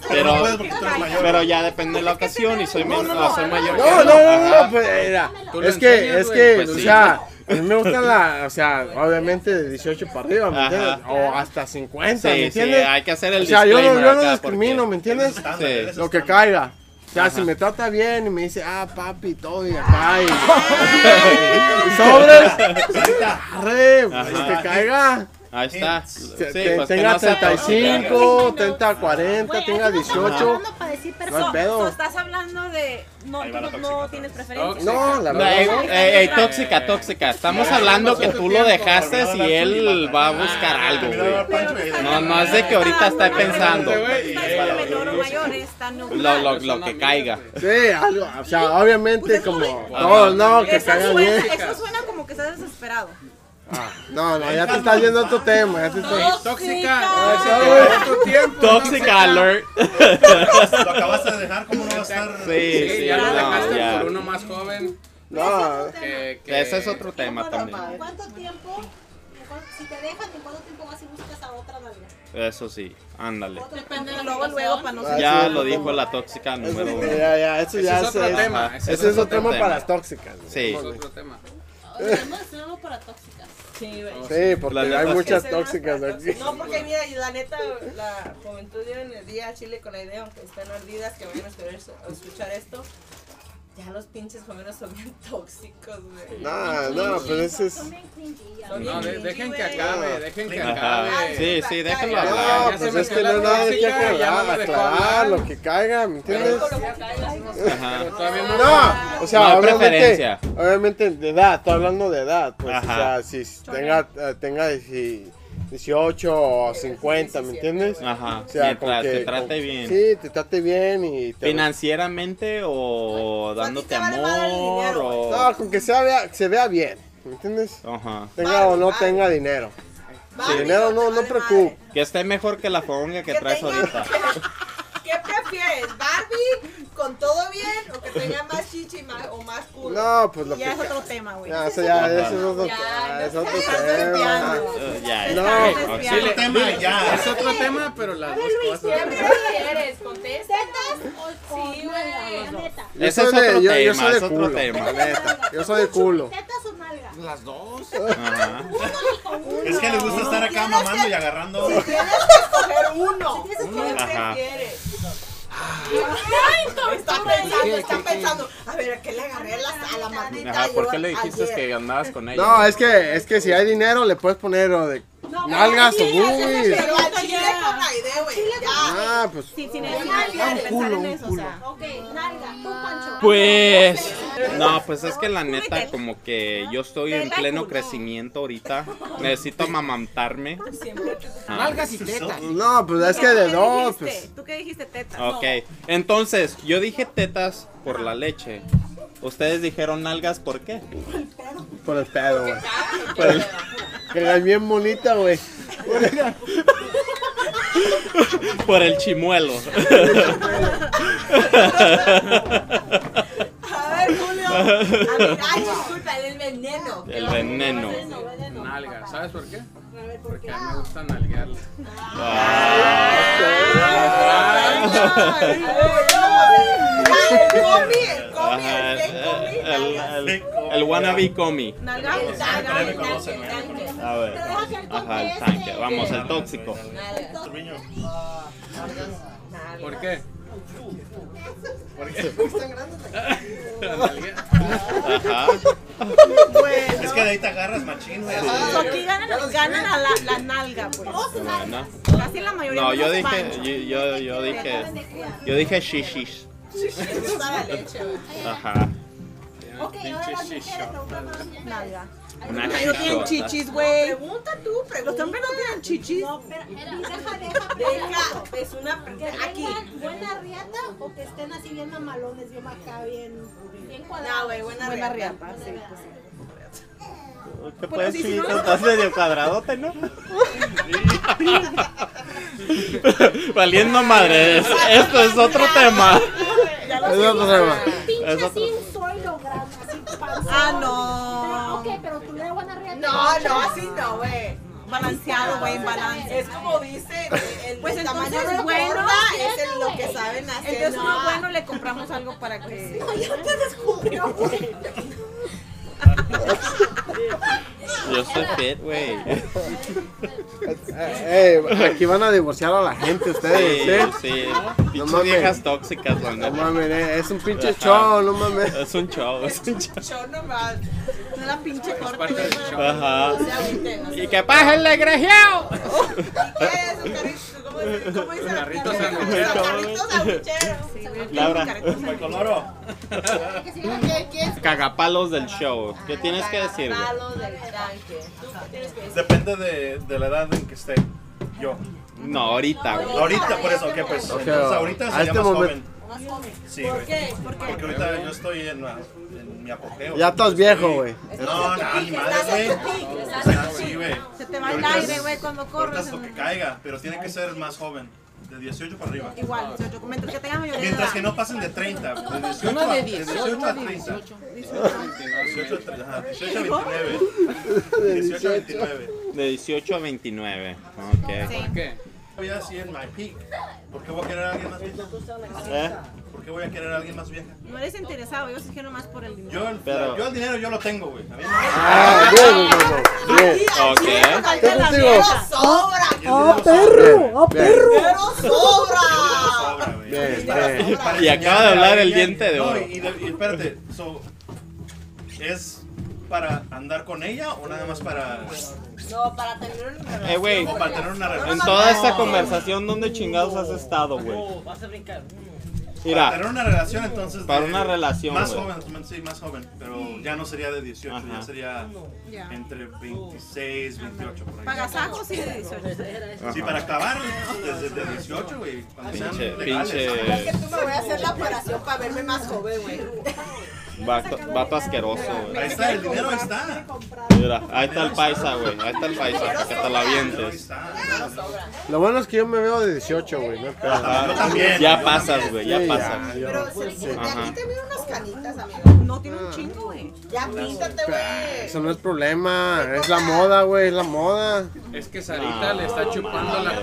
Pero,
No puedes porque tú eres mayor.
pero ya depende de la ocasión y soy, men- ah, soy mayor. que
No, no,
él.
no, no,
Ajá.
pues, era.
Tú lo
Es que,
enseñas,
es
güey.
que,
Pues
o
sí.
sea, a mí me gusta la, o sea, obviamente de 18 para arriba, ¿me
Ajá.
entiendes? O hasta 50,
Sí,
¿me
sí,
entiendes?
hay que hacer el
O sea, yo no, yo
disclaimer
no
acá,
discrimino,
porque-
¿me entiendes?
Sí. Eres
Lo que caiga. O sea, si me trata bien y me dice, ah, papi, todo y acá y... y sobres, arre, pues,
Ajá.
lo que caiga.
Ahí está. Sí,
Te-
pues, que
tenga
no sea tóxica.
35, tenga 40, tenga 18.
para decir, pero
No hay
so-
pedo.
so estás hablando de. No,
Ahí
tú
va la
no,
tóxica
no
otra
tienes preferencia.
No, la
No,
verdad.
ey,
no.
ey, ey, eh, tóxica, tóxica. Estamos
Ya,
hablando
pasó
que
tu
tú lo
tiempo.
dejaste y
Volvió a hablar
él va a buscar
Ah,
algo,
eh.
güey. No, no es de que ahorita está pensando.
menor o mayor, está no.
Lo, lo, lo que caiga.
Sí, algo, o sea, obviamente como
Ah,
no, no, que
eso,
caiga
suena,
bien.
eso suena como que estás desesperado.
No, no, ya te estás yendo a otro tema, ya te estás...
Tóxica. tu tiempo,
Tóxica alert.
Lo acabas de dejar, ¿cómo no va a estar?
Sí, sí,
ya lo
no,
dejaste
ya.
por uno más joven.
No,
Que, que-
Ese es otro tema también.
¿En cuánto tiempo? en cuán- Si te dejan, ¿en cuánto tiempo vas y buscas a otra novia?
Eso sí, ándale.
Depende de luego, luego, para no
Ah,
Ya
sí,
lo
no,
dijo
no.
la tóxica número uno.
ya, ya, eso
Ese
ya
es otro tema,
ajá, Ese,
ese es
es otro
otro
tema
tema.
para las tóxicas. güey.
Sí.
Es otro tema.
Debemos hacer algo para tóxicas.
Sí, güey.
Sí, porque
La neta
hay
sí.
muchas
Ese no es
tóxicas
para
aquí.
tóxicos. No, porque mira, y la neta, la juventud de hoy en el día, Chile con la idea, aunque están ardidas, que vayan a escuchar, a escuchar esto. Ya los pinches jóvenes son bien tóxicos, güey.
No, no, pero ese es...
Son bien
No, de-
cringy,
dejen que
güey.
acabe, dejen que
Ajá.
acabe.
Sí, sí, déjenlo
No,
hablar.
Ya
pues
se
es
me
que no hay
quedó
nada que
tóxica, ya no me
aclarar,
dejó
aclarar,
hablar.
lo que caiga, ¿me entiendes?
Ajá.
Pero todavía no.
No, o sea,
No hay
obviamente,
preferencia.
obviamente de edad, estoy hablando de edad, pues,
Ajá.
o sea, si tenga, eh, tenga dieci- 18 o 50, ¿me entiendes?
Ajá.
O sea,
Mientras
con que-
te trate
con-
bien.
Sí, te trate bien y te... pues
Financieramente o dándote
te vale madre el
amor
dinero,
No,
o.
con que se vea, se vea bien, ¿me entiendes?
Ajá.
Tenga o no tenga dinero.
Va,
Dinero
amigo,
no,
te
no
vale
preocupa.
Que esté mejor que la foronga que
Que
traes
tenga-
ahorita.
¿Qué prefieres? ¿Barbie con todo bien o que tenga más chichi y más- o más culo?
No, pues lo que...
Ya es otro tema, güey.
Ya, eso ya,
Ajá.
eso es otro,
Ya,
es otro
estás
tema.
desviando.
Eh, Ya,
No,
ya.
pues,
Ok.
Dile,
tema
dile,
ya.
Es otro tema, pero las dos
¿Qué
cosas.
prefieres? ¿Contesta? ¿Tetas o sí, güey? Neta.
Yo
Ese es
soy de-
otro
yo- yo
tema,
soy de
es otro
culo,
tema.
la neta, Yo soy de culo.
¿Tetas o nalga?
Las dos.
Ajá.
Es que le gusta estar acá mamando y agarrando.
Tienes que escoger uno. ¿Qué
Ajá.
prefieres? Está pensando, está pensando. A ver, ¿a qué le agarré a la, a la maldita
Ajá, ¿por qué
yo
le dijiste
ayer?
que andabas con ella?
No, es que, es que si hay dinero le puedes poner o de nalgas o boobies.
Pero al chile con la idea, güey. Ya.
Ah, pues.
Sin, sin, sin, sin pensar en eso, o sea.
Ok, nalga. Tú, Pancho.
Pues, no, pues es que la neta,
Cuídate.
como que yo estoy en
Vela,
pleno
culo.
crecimiento ahorita. Necesito amamantarme. Ah,
Nalgas y tetas.
No, pues es que
¿Tú
de
qué
dos,
dijiste?
pues.
¿Tú qué dijiste, teta?
Ok, entonces, yo dije tetas por la leche. Ustedes dijeron nalgas, ¿por qué?
pues, Por el pedo, güey. Por el- Que la bien bonita, güey.
Por el chimuelo.
A ver, Julio. A ver, ay, disculpa, el veneno.
El veneno.
Nalga, ¿sabes por qué? Porque a mí me gusta nalguearla.
Ay, ay, El comi, el comi,
Ajá,
el que comi, nalgas.
el, el, el wannabe comi.
Nalga.
Nalgas,
me
nalgas,
conocen, me
nalgas.
A ver. Ajá, el tanque. Vamos, el tóxico.
Truño.
¿Por qué? ¿Por qué?
Ajá.
Es que de ahí te agarras machín, güey.
Aquí ganan, ganan a la, la nalga, pues.
Bueno.
Las así la mayoría
No,
usa
yo dije,
Pancho.
yo, yo, yo dije, yo dije shishis.
Estaba leche, güey.
Ajá.
Ok, ahora las mujeres
chichota.
lo más
Nalga.
Una
Ay, no tienen
chichota.
chichis, güey.
Pregunta tú, pregunta.
Los hombres no tienen chichis.
No, pero deja, deja,
Deja, es una
Que
pregunta. Aquí.
tengan buena riata o que estén así bien mamalones, bien acá, bien, bien cuadrados.
No, güey, buena,
Buena
riata.
riata, sí, pues sí.
¿Qué
Bueno,
puedes
sí, sí,
sí,
¿no?
Estás medio cuadradote, ¿no? Valiendo madre, es- esto es otro tema.
Ya
Es otro tema.
Pinche
Es otro-
así, soy lo grande, así panzón.
Ah, no.
Pero, ok, pero tú le das buena riata.
No, no, así no, güey.
Balanceado, güey, en balance.
Es como dice, el, el
Pues
tamaño
entonces,
de
bueno,
gorda es el- lo que saben hacer.
Entonces,
no.
no, bueno, le compramos algo para que.
Ya te descubrió, güey.
Yo soy fit, güey.
Eh, eh, aquí van a divorciar a la gente
Sí,
ustedes, ¿eh?
sí.
No
Pinches
mames.
viejas tóxicas, la
No
neta.
mames, eh, es un pinche
Ajá.
show, no mames.
Es un show, es un show.
Yo nomás.
No la pinche corte.
Parte del show.
Ajá.
O sea, viste, no sé.
Y que pase el desgraciado.
¿Qué es un carrito? ¿Cómo dice? ¿Cómo dice?
Carrito
Los
sanguchero.
carritos agucheros.
Laura.
Coloro.
¿Qué, qué es? Ah,
Cagapalos del show. ¿Qué tienes que decir? güey?
Palo del tanque. ¿Tú qué tienes que decir?
Depende de, de la edad en que esté yo.
No, ahorita, güey.
Ahorita, por eso, que pues.
Ok,
Entonces, ahorita
a
sería
este
más
momento-
joven. Sí, güey. Porque ahorita yo estoy en, la- en mi apogeo.
Ya estás viejo, güey.
No, no, ni madre, güey. O sea, sí, güey.
Se te va el
Ahorita
aire,
es-
güey, cuando
Ahorita
corres.
es lo que caiga, pero tiene que ser más joven. De 18 para arriba.
Igual, yo yo comento que tenga mayoría de
Mientras
edad.
que no pasen de 30. De 18
Uno
a,
de
de
18,
18 a 30. 18 a 30, ajá, 18 a 29. 18 a 29.
De 18 a 29. Ok.
Sí.
¿Qué?
Voy así en my peak. ¿Por qué voy a querer a alguien más vieja?
¿Eh?
¿Por qué voy a querer a alguien más vieja?
No eres interesado, yo sí quiero más por el dinero.
Yo el,
Pero-
yo el dinero yo lo tengo, güey. A mí no-
Ah, bien, loco, bien.
Ok.
¿Qué te digo?
¡Sobra!
Y el dinero
Bien, bien,
¡Pero sobra!
sobra, güey.
bien,
Para-
bien.
para
Y acaba de
enseñarle a
hablar el
alguien-
diente de oro.
No, y, de- y espérate, so, ¿es para andar con ella o nada más para,
No, para tener una relación.
Eh, güey.
o para tener una relación?
En toda esta conversación, ¿dónde chingados has estado, güey?
Para
Mira,
tener una relación, entonces.
para
de-
una relación,
Más
güey.
joven, sí, más joven. Pero ya no sería de 18,
Ajá.
ya sería
Ya.
entre 26, 28, por ahí.
Pagasajos sí de 18.
Sí, para acabar desde de 18, güey. cuando sean
pinche,
legales.
Es que
pinche
tú me voy a hacer la operación para verme más joven, güey.
vato, vato asqueroso, güey.
Ahí está, el dinero ahí está.
Mira, ahí está el paisa, güey. Ahí está el paisa, para que te la
El dinero ahí
avientes.
Ah,
está.
Lo bueno es que yo me veo de 18, güey. No hay pedo.
Yo también.
Ya pasas, güey, ya
Sí,
pasas.
yo-
Pero se- se- de
Ajá.
aquí te vienen unas canitas, amigo.
No tiene un chingo, güey.
Ya píntate,
Eso
güey.
no es problema. Es la moda, güey. Es la moda.
Es que Sarita le está chupando la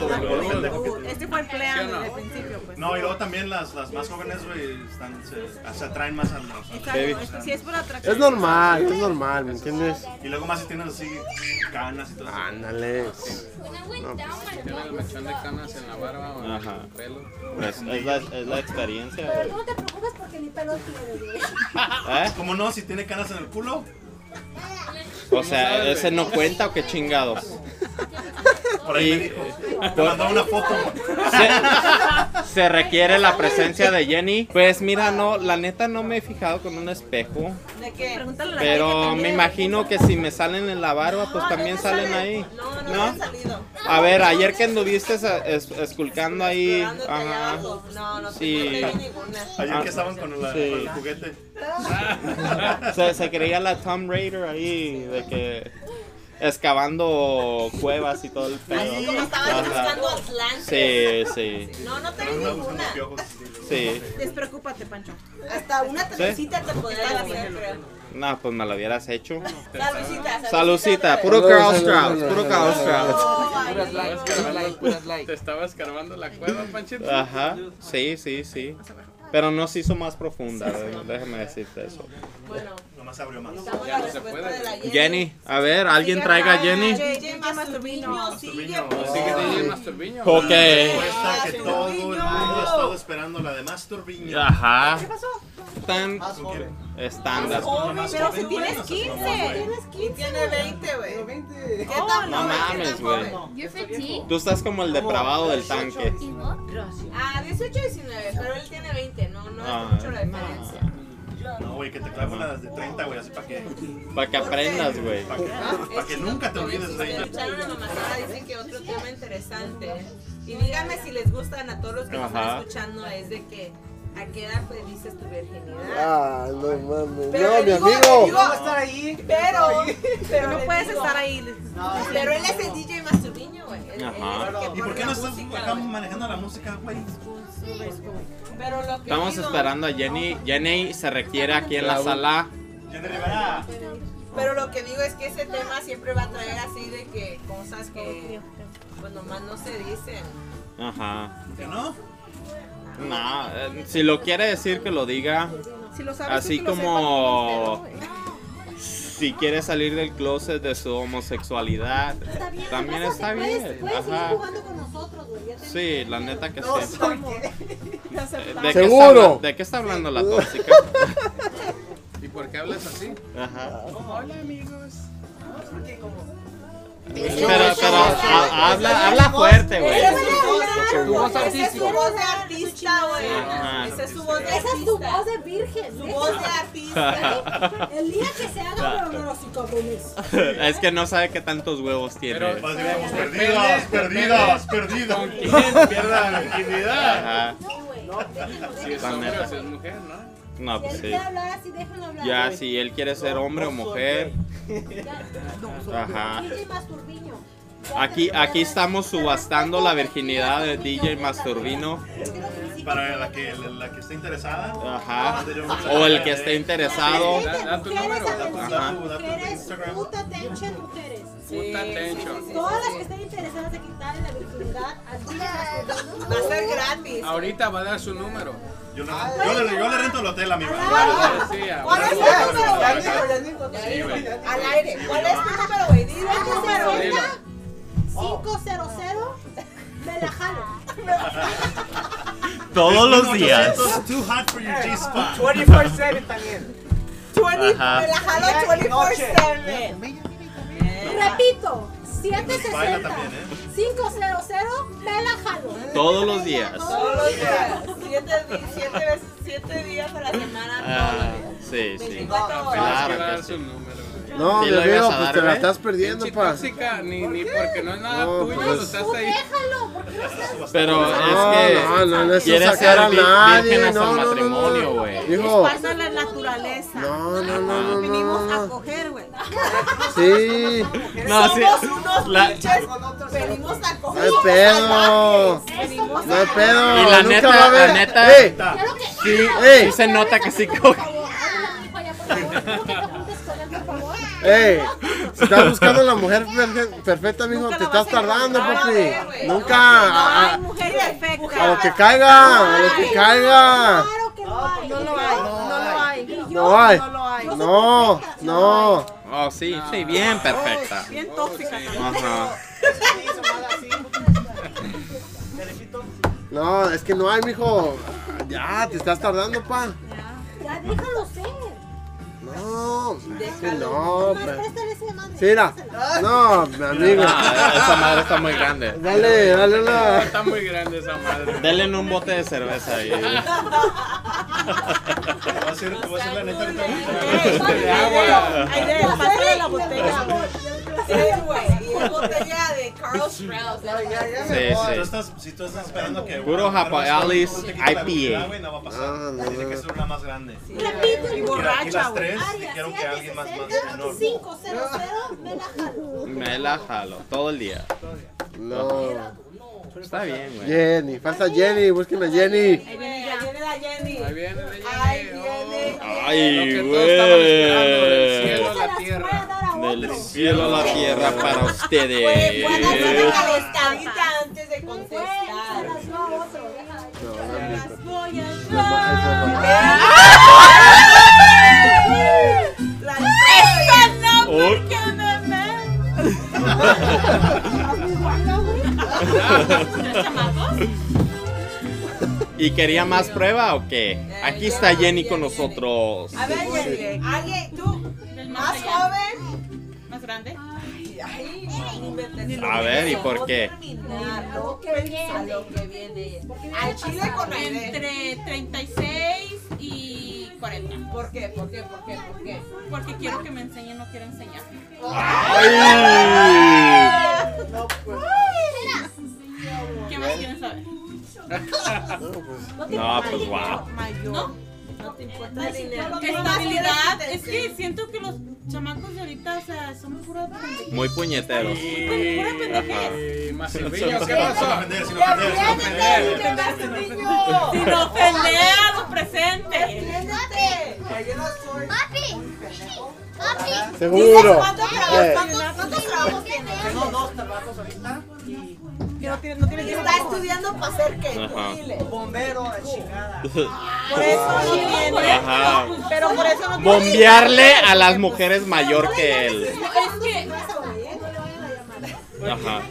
pendejo
juventud.
que-
Este fue el
¿Sí
plan
o no?
desde el principio, pues.
No, y luego también las, las más jóvenes, güey, están- se, se atraen más al.
Exacto, es que si es por atracción.
Es normal, es normal, ¿me entiendes?
Y luego más si tienes así canas y todo
Ah,
eso.
Ándale.
Tiene el mechón de canas en la barba o en
Ajá.
el pelo.
Pues, es, la, es la experiencia,
Pero tú no
güey.
te preocupes porque ni pelo tiene, güey.
¿Eh?
¿Cómo no? Si tiene canas en el culo.
O sea, ¿ese no cuenta o qué chingados?
Por ahí
Y-
me dijo. Te mandó una foto.
Se, se requiere la presencia de Jenny. Pues mira, no, la neta no me he fijado con un espejo.
¿De qué?
Pregúntale a la gente
Pero
también.
me imagino que si me salen en la barba, pues también salen ahí.
No, no,
¿No?
han salido.
A ver, ayer que anduviste esa- es- esculcando ahí.
Explorándote allá
Ajá.
abajo. No, no te
Sí.
encontré ninguna.
Ayer que estaban con, la-
Sí.
con el juguete.
Se, se creía la Tom Raider ahí, de que excavando cuevas y todo el
Así
pedo.
como estaban
Ajá.
buscando Atlantis.
Sí, sí,
No, no te vi
Pero no, pues,
ninguna.
unos piojos.
sí.
Despreocúpate, Pancho.
Hasta una trencita te podría dar, creo.
No, pues me lo hubieras hecho.
Salucita,
Salucita, puro
Saludos,
Girl
saludos,
Scouts, puro Girl
saludos.
Scouts.
Puras likes, puras likes, puras likes.
¿Te estaba escarbando la cueva, Panchito?
Ajá, sí, sí, sí. Pero no se hizo más profunda, eh, déjame decirte eso.
Bueno,
Nomás abrió más.
damos la
Ya no se
respuesta
puede.
de la
Jenny, a ver, alguien traiga a Jenny.
DJ Masturbiño, sigue.
Masturbiño.
pues.
Sigue
Ay.
DJ Masturbiño.
Ok.
Respuesta que todo el mundo ha estado esperando, la de Masturbiño.
Ajá. tan
Más joven.
estándar.
Pero si tienes 15. Y tiene 20, güey. ¿Qué tan
No
joven? ¿Qué
mames,
tan
güey.
joven?
You're 15.
Tú estás como el depravado del tanque.
Ah, 18 19, pero él tiene 20, no, no
Ah,
es mucho la diferencia.
No, güey, que te clavo las de 30, güey, así para que.
Para que aprendas, güey.
Para que, pa' que nunca te olvides de
Me
ella.
escucharon en Mamacada, dicen que otro tema interesante. Y díganme si les gustan a todos los que nos
Ajá.
están escuchando, es de que a qué edad perdiste tu virginidad.
Ah, no mames.
Pero
No,
le
mi
digo- le digo-
amigo.
Pero, pero
No
le
puedes
digo-
estar ahí.
Pero él es el DJ Masturbiño, güey. Él-
Ajá.
él es el que
¿Y por
pone
qué no
la
estás
música,
acá
güey.
manejando la música, güey?
Pero lo que
Estamos
digo-
esperando a Jenny. Jenny se requiere aquí en la sala.
Pero lo que digo es que ese tema siempre va a traer así de que cosas que pues nomás no se dicen.
Ajá.
¿Que no?
No, eh, si lo quiere decir que lo diga.
Si lo sabes,
Así
tú que lo
como si quiere salir del closet de su homosexualidad,
Está bien,
también
raza,
está
te puedes-
bien.
Puedes seguir
Ajá.
jugando con nosotros, güey. ya te-
Sí, la neta que sí.
No soy
¿De qué está
Seguro.
habla- ¿De qué está hablando la tóxica?
¿Y por qué hablas así?
Ajá.
Hola, amigos.
Porque como
Pero, pero ha- habla, habla fuerte, güey.
Tu voz Esa es su voz de artista, güey.
Ajá.
Esa es su voz de
Esa es
artista.
tu voz de virgen.
Su
déjala.
voz de artista.
El día que se haga,
Claro.
pero no los cinco cabrones.
Es que no sabe qué tantos huevos tiene.
Perdidas, perdidas, perdidas. ¿Con quién pierda la virginidad?
Ajá.
Si es
La
hombre
neta.
o si es mujer, ¿no?
No,
Si
pues
él
sí.
quiere hablar así, déjalo hablar.
Ya, si él quiere ser hombre o mujer. Ajá.
DJ Masturbiño.
Ah, Aquí, aquí estamos subastando la virginidad de DJ Masturbino.
Para la que, la que esté interesada. Ah,
Ajá. O el que esté interesado. Ajá.
Mujeres, puta atención, mujeres.
Puta tension.
Todas las que estén interesadas de quitarle la virginidad al DJ Masturbino.
Va a ser gratis.
Ahorita va a dar su número.
Yo le, yo le, yo le rento el hotel, amigo.
¿Cuál es tu número, güey? Ah, Al aire. ¿Cuál es tu número, güey? Dile el número. güey.
500 me la jalo.
Todos los días.
Too hot for your G-spot.
24-7 también.
20,
Ajá.
Me la jalo
Día y
24-7.
Repito,
Baila
760
también, ¿eh?
500 me la jalo.
Todos los días.
Todos los días. Siete, di- siete veces, siete días a la semana.
Ah, sí, sí.
Veinticuatro horas.
Claro que sí.
No,
Sí
mi
le
amigo,
ibas a
pues
dar,
te la
¿eh?
estás perdiendo,
Pinche
pa.
tóxica, ni, ni porque no es nada
No,
tuyo,
pues.
lo estás ahí.
Déjalo, ¿por qué lo estás?
Pero
No,
es que
no, no, no es
quiere
sacar
ser
a
vi-
nadie,
virgen hasta
no,
el
no, no,
matrimonio,
no.
güey.
Hijo,
Pasa la naturaleza.
no, no, no, no,
Venimos
no.
a coger, güey.
Sí.
No, sí. La-
Venimos a
No
coger.
hay pedo.
Venimos
No hay
a-
pedo.
Y la
Nunca
neta,
va a haber-
la neta.
¡Ey!
Sí,
Ey.
sí se nota que sí coge.
ah,
¡Ey! Si estás buscando la mujer perfe- perfecta, mijo, te estás tardando,
encontrar,
papi.
güey.
Nunca. A, a-
Mujer perfecta.
a lo que caiga, a lo que caiga.
No lo hay, no lo hay.
No hay.
No lo hay.
No, no.
Oh, sí, sí, bien perfecta.
Bien tóxica.
Ajá.
No, es que no hay, mijo. Ya, te estás tardando, pa.
Ya déjalo ser.
No, es que no,
Más
pa.
préstale ese madre.
Sí, mira. No, mi amigo.
Ah, esa madre está muy grande.
Dale, dale una.
Está muy grande esa madre.
Denle un bote de cerveza ahí.
Te voy a hacer, te voy a hacer la neta ahorita.
De agua.
Ay, de pásale la botella. Sí, güey. Y es botella de Carl Strauss.
Tú
Sí, sí.
estás, si tú estás esperando que.
Puro Japa Alice
te quite la
IPA.
virginidad, güey, No va a pasar.
Ah, no,
Tiene que
no.
ser una más grande.
Repito,
Y,
el
la- y las tres
Área
dijeron que alguien más, más menor.
500 me la jalo.
Me la jalo todo el día.
No.
Está bien, güey.
Jenny, falta Jenny, busquen a Jenny.
Ahí viene ya. Ahí viene la Jenny.
Ahí viene, ahí viene.
Ahí viene.
Ay,
Lo que todos estaban esperando, del
güey.
cielo a la tierra.
Del cielo a la tierra para
Güey,
ustedes.
fue a darse una calentadita antes de contestar. La no,
Oh. Y ¿Y quería más prueba o qué? Aquí está Jenny con nosotros.
A ver, Jenny, alguien, tú, más joven.
¿Más grande?
Ay, ay, no inventes.
A ver, ¿y por qué?
A lo que viene. A lo que viene. Al chile con aire.
Entre 36 y 40.
¿Por qué? ¿Por qué? ¿Por qué? ¿Por qué?
Porque quiero que me enseñen, no quiero enseñar.
¡Ay!
No, pues.
¿Qué más quieren saber?
No, pues wow.
¿No?
No te importa el dinero.
Estabilidad. Es que siento que los chamacos de ahorita, o sea, son pura pendejez.
Muy puñeteros.
Pura pendejez.
Y más ¿qué pasó?
Sin ofender, sin ofender.
Sin ofender a los presentes.
Seguro. Eh,
Tengo dos trabajos ahorita. Está estudiando para ser
Ajá.
qué? Dile. Bombero, la chingada.
Por
Ah,
eso no tiene.
Ajá.
Pero por eso no
Bombearle a las mujeres mayor que él.
Es que
Ajá.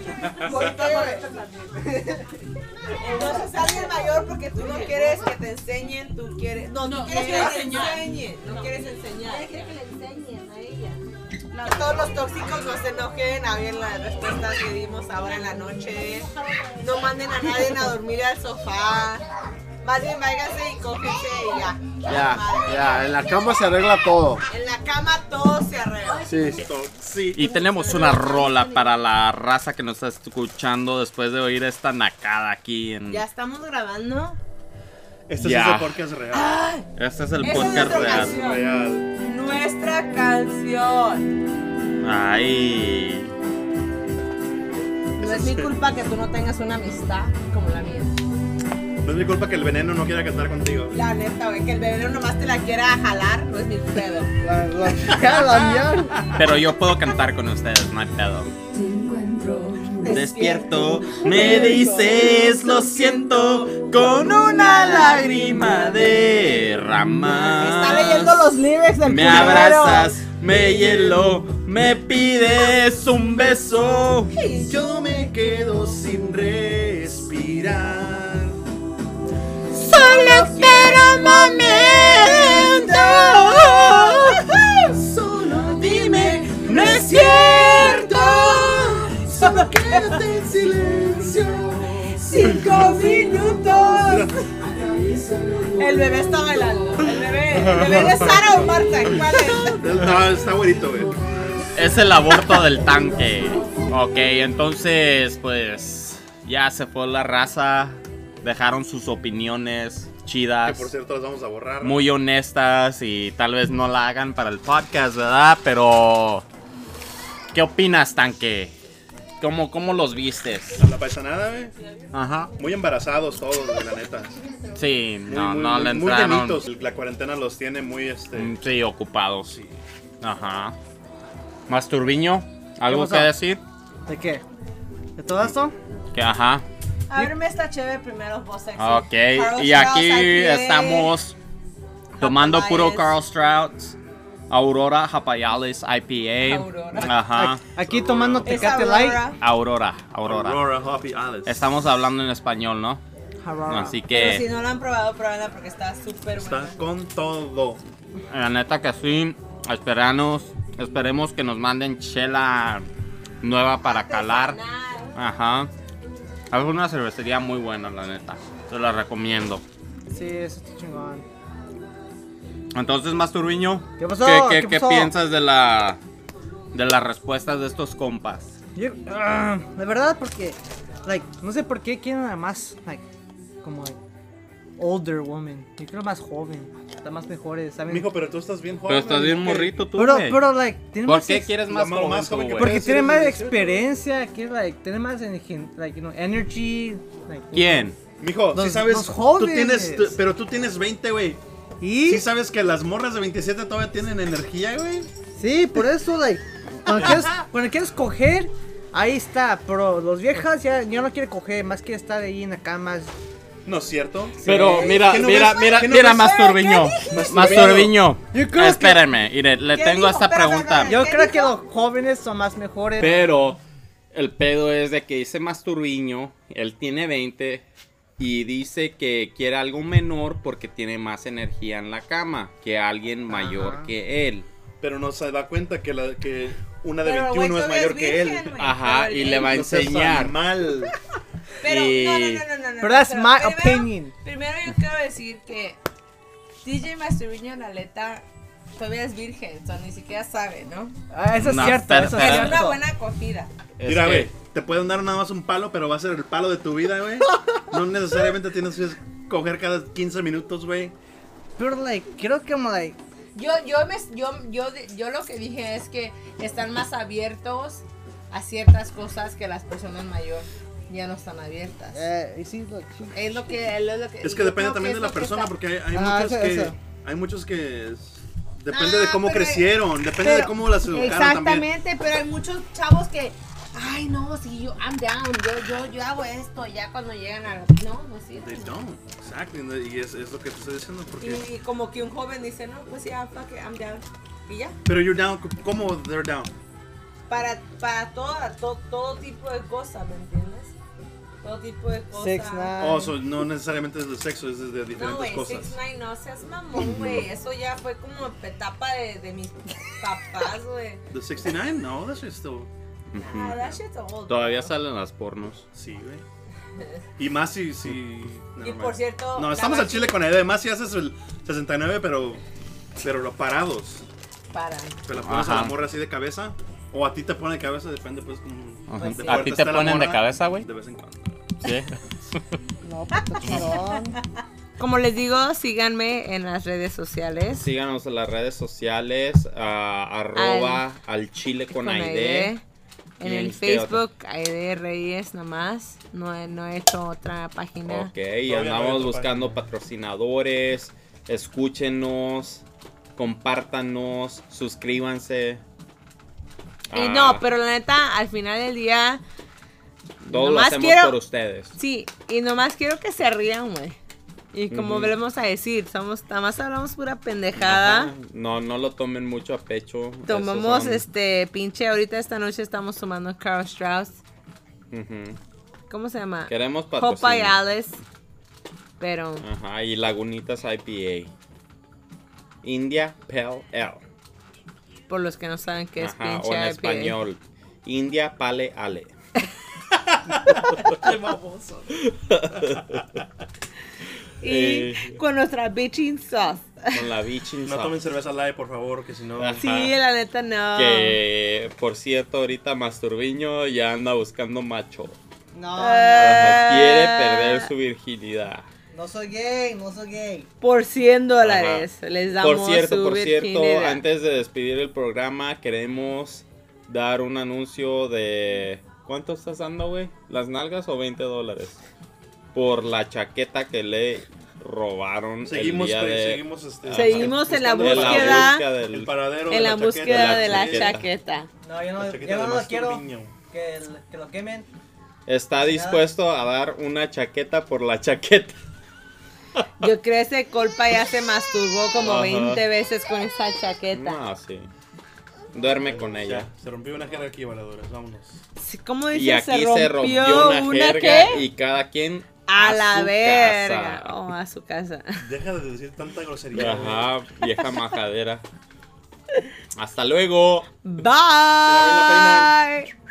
Entonces alguien mayor porque tú no quieres que te enseñen, tú quieres. No,
No,
no
no
quieres
quiero
que te
enseñar.
enseñen. No quieres enseñar.
quiere que le enseñen a ella.
Que todos los tóxicos no se enojen, a ver las respuestas que dimos ahora en la noche. No manden a nadie a dormir al sofá. Más bien váyanse y cógense y ya.
Ya, ya, en la cama se arregla todo.
En la cama todo se arregla.
Sí, sí.
Y tenemos una rola para la raza que nos está escuchando después de oír esta nacada aquí en.
Ya estamos grabando.
Este
Ya.
es el podcast real.
Ah,
Este es el
Esa es
podcast
nuestra
real.
canción.
Real.
Nuestra canción.
Ay.
No es mi culpa que tú no tengas una amistad como la mía.
No es mi culpa que el veneno no quiera cantar contigo.
La neta, güey, que el bebé nomás te la quiera jalar, no es mi pedo.
La, la, la, la-
Pero yo puedo cantar con ustedes, no hay pedo. Despierto, me dices lo siento con una lágrima de ramas.
Está leyendo los lyrics del
Ah, Me
primero.
abrazas, me hielo, me pides un beso.
Yo me quedo sin respirar.
Solo espera un momento. Solo dime, no es cierto.
Solo quédate en silencio. Cinco minutos. El bebé está bailando. El bebé, el bebé de Sara o Marta. ¿Cuál es?
No, está bonito, güey.
Es el aborto del tanque. Ok, entonces, pues ya se fue la raza. Dejaron sus opiniones
Que
chidas,
por cierto las vamos a borrar.
Ah, muy honestas y tal vez no la hagan para el podcast, ¿verdad? Pero, ¿qué opinas, tanque? ¿Cómo, cómo los vistes?
A la paisanada, güey.
Ajá.
Muy embarazados todos, güey, la neta.
Sí,
Muy,
no,
muy,
no
muy,
le
muy
entraron.
llenitos. La cuarentena los tiene muy, este...
Mm, sí, ocupados.
sí.
Ajá. Masturbiño, ¿algo
¿Qué
que
pasó?
decir?
¿De qué? ¿De todo esto?
Que ajá.
Ábreme esta chévere primero, vos eh. sexy.
Ok,
Carl
y
Strauss
aquí estamos tomando puro
Japayales.
Carl Strauss, Aurora Japayales IPA.
Aurora.
Ajá.
Aquí tomando
Es
Tecate
Aurora.
Light.
Aurora, Aurora.
Hoppy Alice.
Estamos hablando en español, ¿no? Así
Pero si
que,
no la han probado, pruébenla porque está súper buena.
Está con todo.
la neta que sí, esperanos, esperemos que nos manden chela nueva para calar. Ajá. Es una cervecería muy buena, la neta. Se la recomiendo.
Sí, eso está chingón.
Entonces, Masturbiño,
¿Qué pasó?
qué,
¿Qué
qué
pasó?
piensas de la de las respuestas de estos compas?
Yo- ah, de verdad, porque, like, no sé por qué quieren a más, like, como, like, older woman. Yo quiero más joven, está más mejores, ¿saben?
Mijo, pero tú estás bien joven.
Pero estás bien
¿qué?
morrito tú,
pero,
güey.
pero, like, tienen
¿Por
más
qué
ex-
quieres más
La mamá
joven
más
tú,
joven que-
güey?
Porque
Puede ser
tienen más
18.
experiencia, que, like, tienen más, ingen- like, you know, energy, like,
¿Quién?
Mijo, si
Los-
sabes...
los jóvenes.
Tú tienes, tú- pero tú tienes 20, güey.
Y,
¿Sí sabes que las morras de 27 todavía tienen energía, güey?
sí, por eso, like, cuando quieres, cuando quieres coger, ahí está, pero los viejas ya, ya no quieren coger, más quiere estar ahí en la cama,
No es cierto.
Pero mira,
¿Qué no
mira,
ves?
mira,
¿Qué no
mira,
ves?
Masturbiño. Masturbiño.
Yo creo que-
Espérenme, mire, le
¿Qué
tengo
dijo?
esta
Espera,
pregunta.
espera,
Yo
¿Qué
creo que
dijo?
los jóvenes son más mejores.
Pero el pedo es de que dice Masturbiño, él tiene 20, Y dice que quiere algo menor porque tiene más energía en la cama que alguien mayor que él.
Pero no se da cuenta que, la, que una de
Pero, güey,
21 es
todavía
mayor
es
que él.
virgen, güey. Ajá, y le va a
No seas
enseñar.
animal.
Pero,
no,
no,
no, no, no,
Pero that's my
primero-
opinion.
Primero yo quiero decir que DJ Masturbiño Naleta todavía es virgen, o sea, ni siquiera sabe, ¿no?
Ah, eso es
No,
cierto.
espera,
eso es
espera.
Pero
cierto.
una buena acogida.
Mira,
que-
güey, te pueden dar nada más un palo, pero va a ser el palo de tu vida, güey. No necesariamente tienes que coger cada 15 minutos, güey.
Pero, like, creo que, como, like,
Yo, yo, me, yo, yo, yo lo que dije es que están más abiertos a ciertas cosas que las personas mayores ya no están abiertas.
eh, y sí, like, sí.
Es lo que, es lo que
Es
yo
que depende
creo
también
es
de la
lo que
persona,
está-
porque hay, hay
Ah,
muchos
eso,
que.
eso.
Hay muchos que. es- Depende de
Ah,
cómo
pero-
crecieron, depende de
pero-
cómo las educaron también.
Exactamente, pero hay muchos chavos que, ay no, si yo, I'm down, yo, yo, yo hago esto, ya cuando llegan a, no, no es cierto.
They don't, exacto. Y es, es lo que te estoy diciendo, porque.
Y, y como que un joven dice, no, pues ya, fuck it, I'm down. Y ya.
Pero you're down, ¿cómo they're down?
Para, para toda, to- todo tipo de cosas, ¿me entiendes? Todo tipo de cosas.
Oh, so no necesariamente es de sexo, es de
No,
diferentes
güey,
cosas.
6ix9ine, no seas mamón, güey. Eso ya fue como etapa de, de mis papás,
Mm.
güey.
The 69? No, that's just still.
Ah, that shit's old.
Todavía salen las pornos.
Sí, güey. Y más si. si
Y
never
por
mind.
cierto,
No,
la
estamos al
maqui-
chile con la idea. Además, si haces el 69, pero. Pero lo parados.
Para.
Te la pones a
Ajá.
la morra así de cabeza. O a ti te pone de cabeza, depende, pues. Como,
Ajá.
de
¿A
fuerte
ti te
está la
ponen de
morra,
cabeza, güey?
De vez en cuando.
Sí.
No, puto charón.
Como les digo, síganme en las redes sociales.
Síganos en las redes sociales, a- arroba al, chile con, Aide.
En
¿Y
el
qué otro?
Facebook, Aide Reyes nomás. No he, no he hecho otra página.
Ok,
Todavía
y
no hay
andamos
otra
buscando patrocinadores. Escúchenos, compártanos, suscríbanse.
Eh,
Ah,
no, pero la neta, al final del día.
Todo lo
nomás
hacemos
quiero-
por ustedes.
Sí, y nomás quiero que se rían, güey. Y como
Ujú.
volvemos a decir, somos, nada más hablamos pura pendejada.
No, no lo tomen mucho a pecho.
Tomamos
Esos son-
este pinche, ahorita esta noche estamos tomando Carl Strauss.
Ujú.
¿Cómo se llama?
Queremos
Copa y
patrocinio.
Alice. Pero
Ajá, y Lagunitas IPA. India Pale Ale.
por los que no saben qué es
Ajá,
pinche
o en
IPA.
español. India Pale Ale.
Qué baboso.
Y
Eh.
con nuestra bitching sauce.
Con la bitching
No
sauce.
tomen cerveza live, por favor, que si no.
Ajá.
Sí, la neta no.
Que,
Ah.
por cierto, ahorita Masturbiño ya anda buscando macho.
No,
Ah.
Ajá,
no.
Quiere perder su virginidad.
No soy gay, no soy gay.
Por 100 dólares les damos
Por cierto,
su
por cierto,
virginidad.
antes de despedir el programa, queremos dar un anuncio de. ¿Cuánto estás dando, güey? ¿Las nalgas o 20 dólares? Por la chaqueta que le robaron.
Seguimos,
el día
güey,
de-
seguimos, este,
Ajá.
Seguimos en la
De
búsqueda-
búsqueda del-
El paradero
en la búsqueda de la chaqueta.
No, yo no,
chaqueta
yo no
de
lo
Master
quiero.
Niño.
Que, el- que lo quemen.
Está dispuesto a dar una chaqueta por la chaqueta.
Yo creo ese Colpa ya se masturbó como
Ajá.
20 veces con esa chaqueta.
No, sí. Duerme con ella.
Se rompió una jerarquía, valedores, vámonos.
Sí, ¿Cómo dice?
Y aquí se rompió una, jerga y cada quien
a, la
su
verga.
casa.
O a su casa.
Deja de decir tanta grosería.
Ajá, vieja majadera. Hasta luego.
Bye.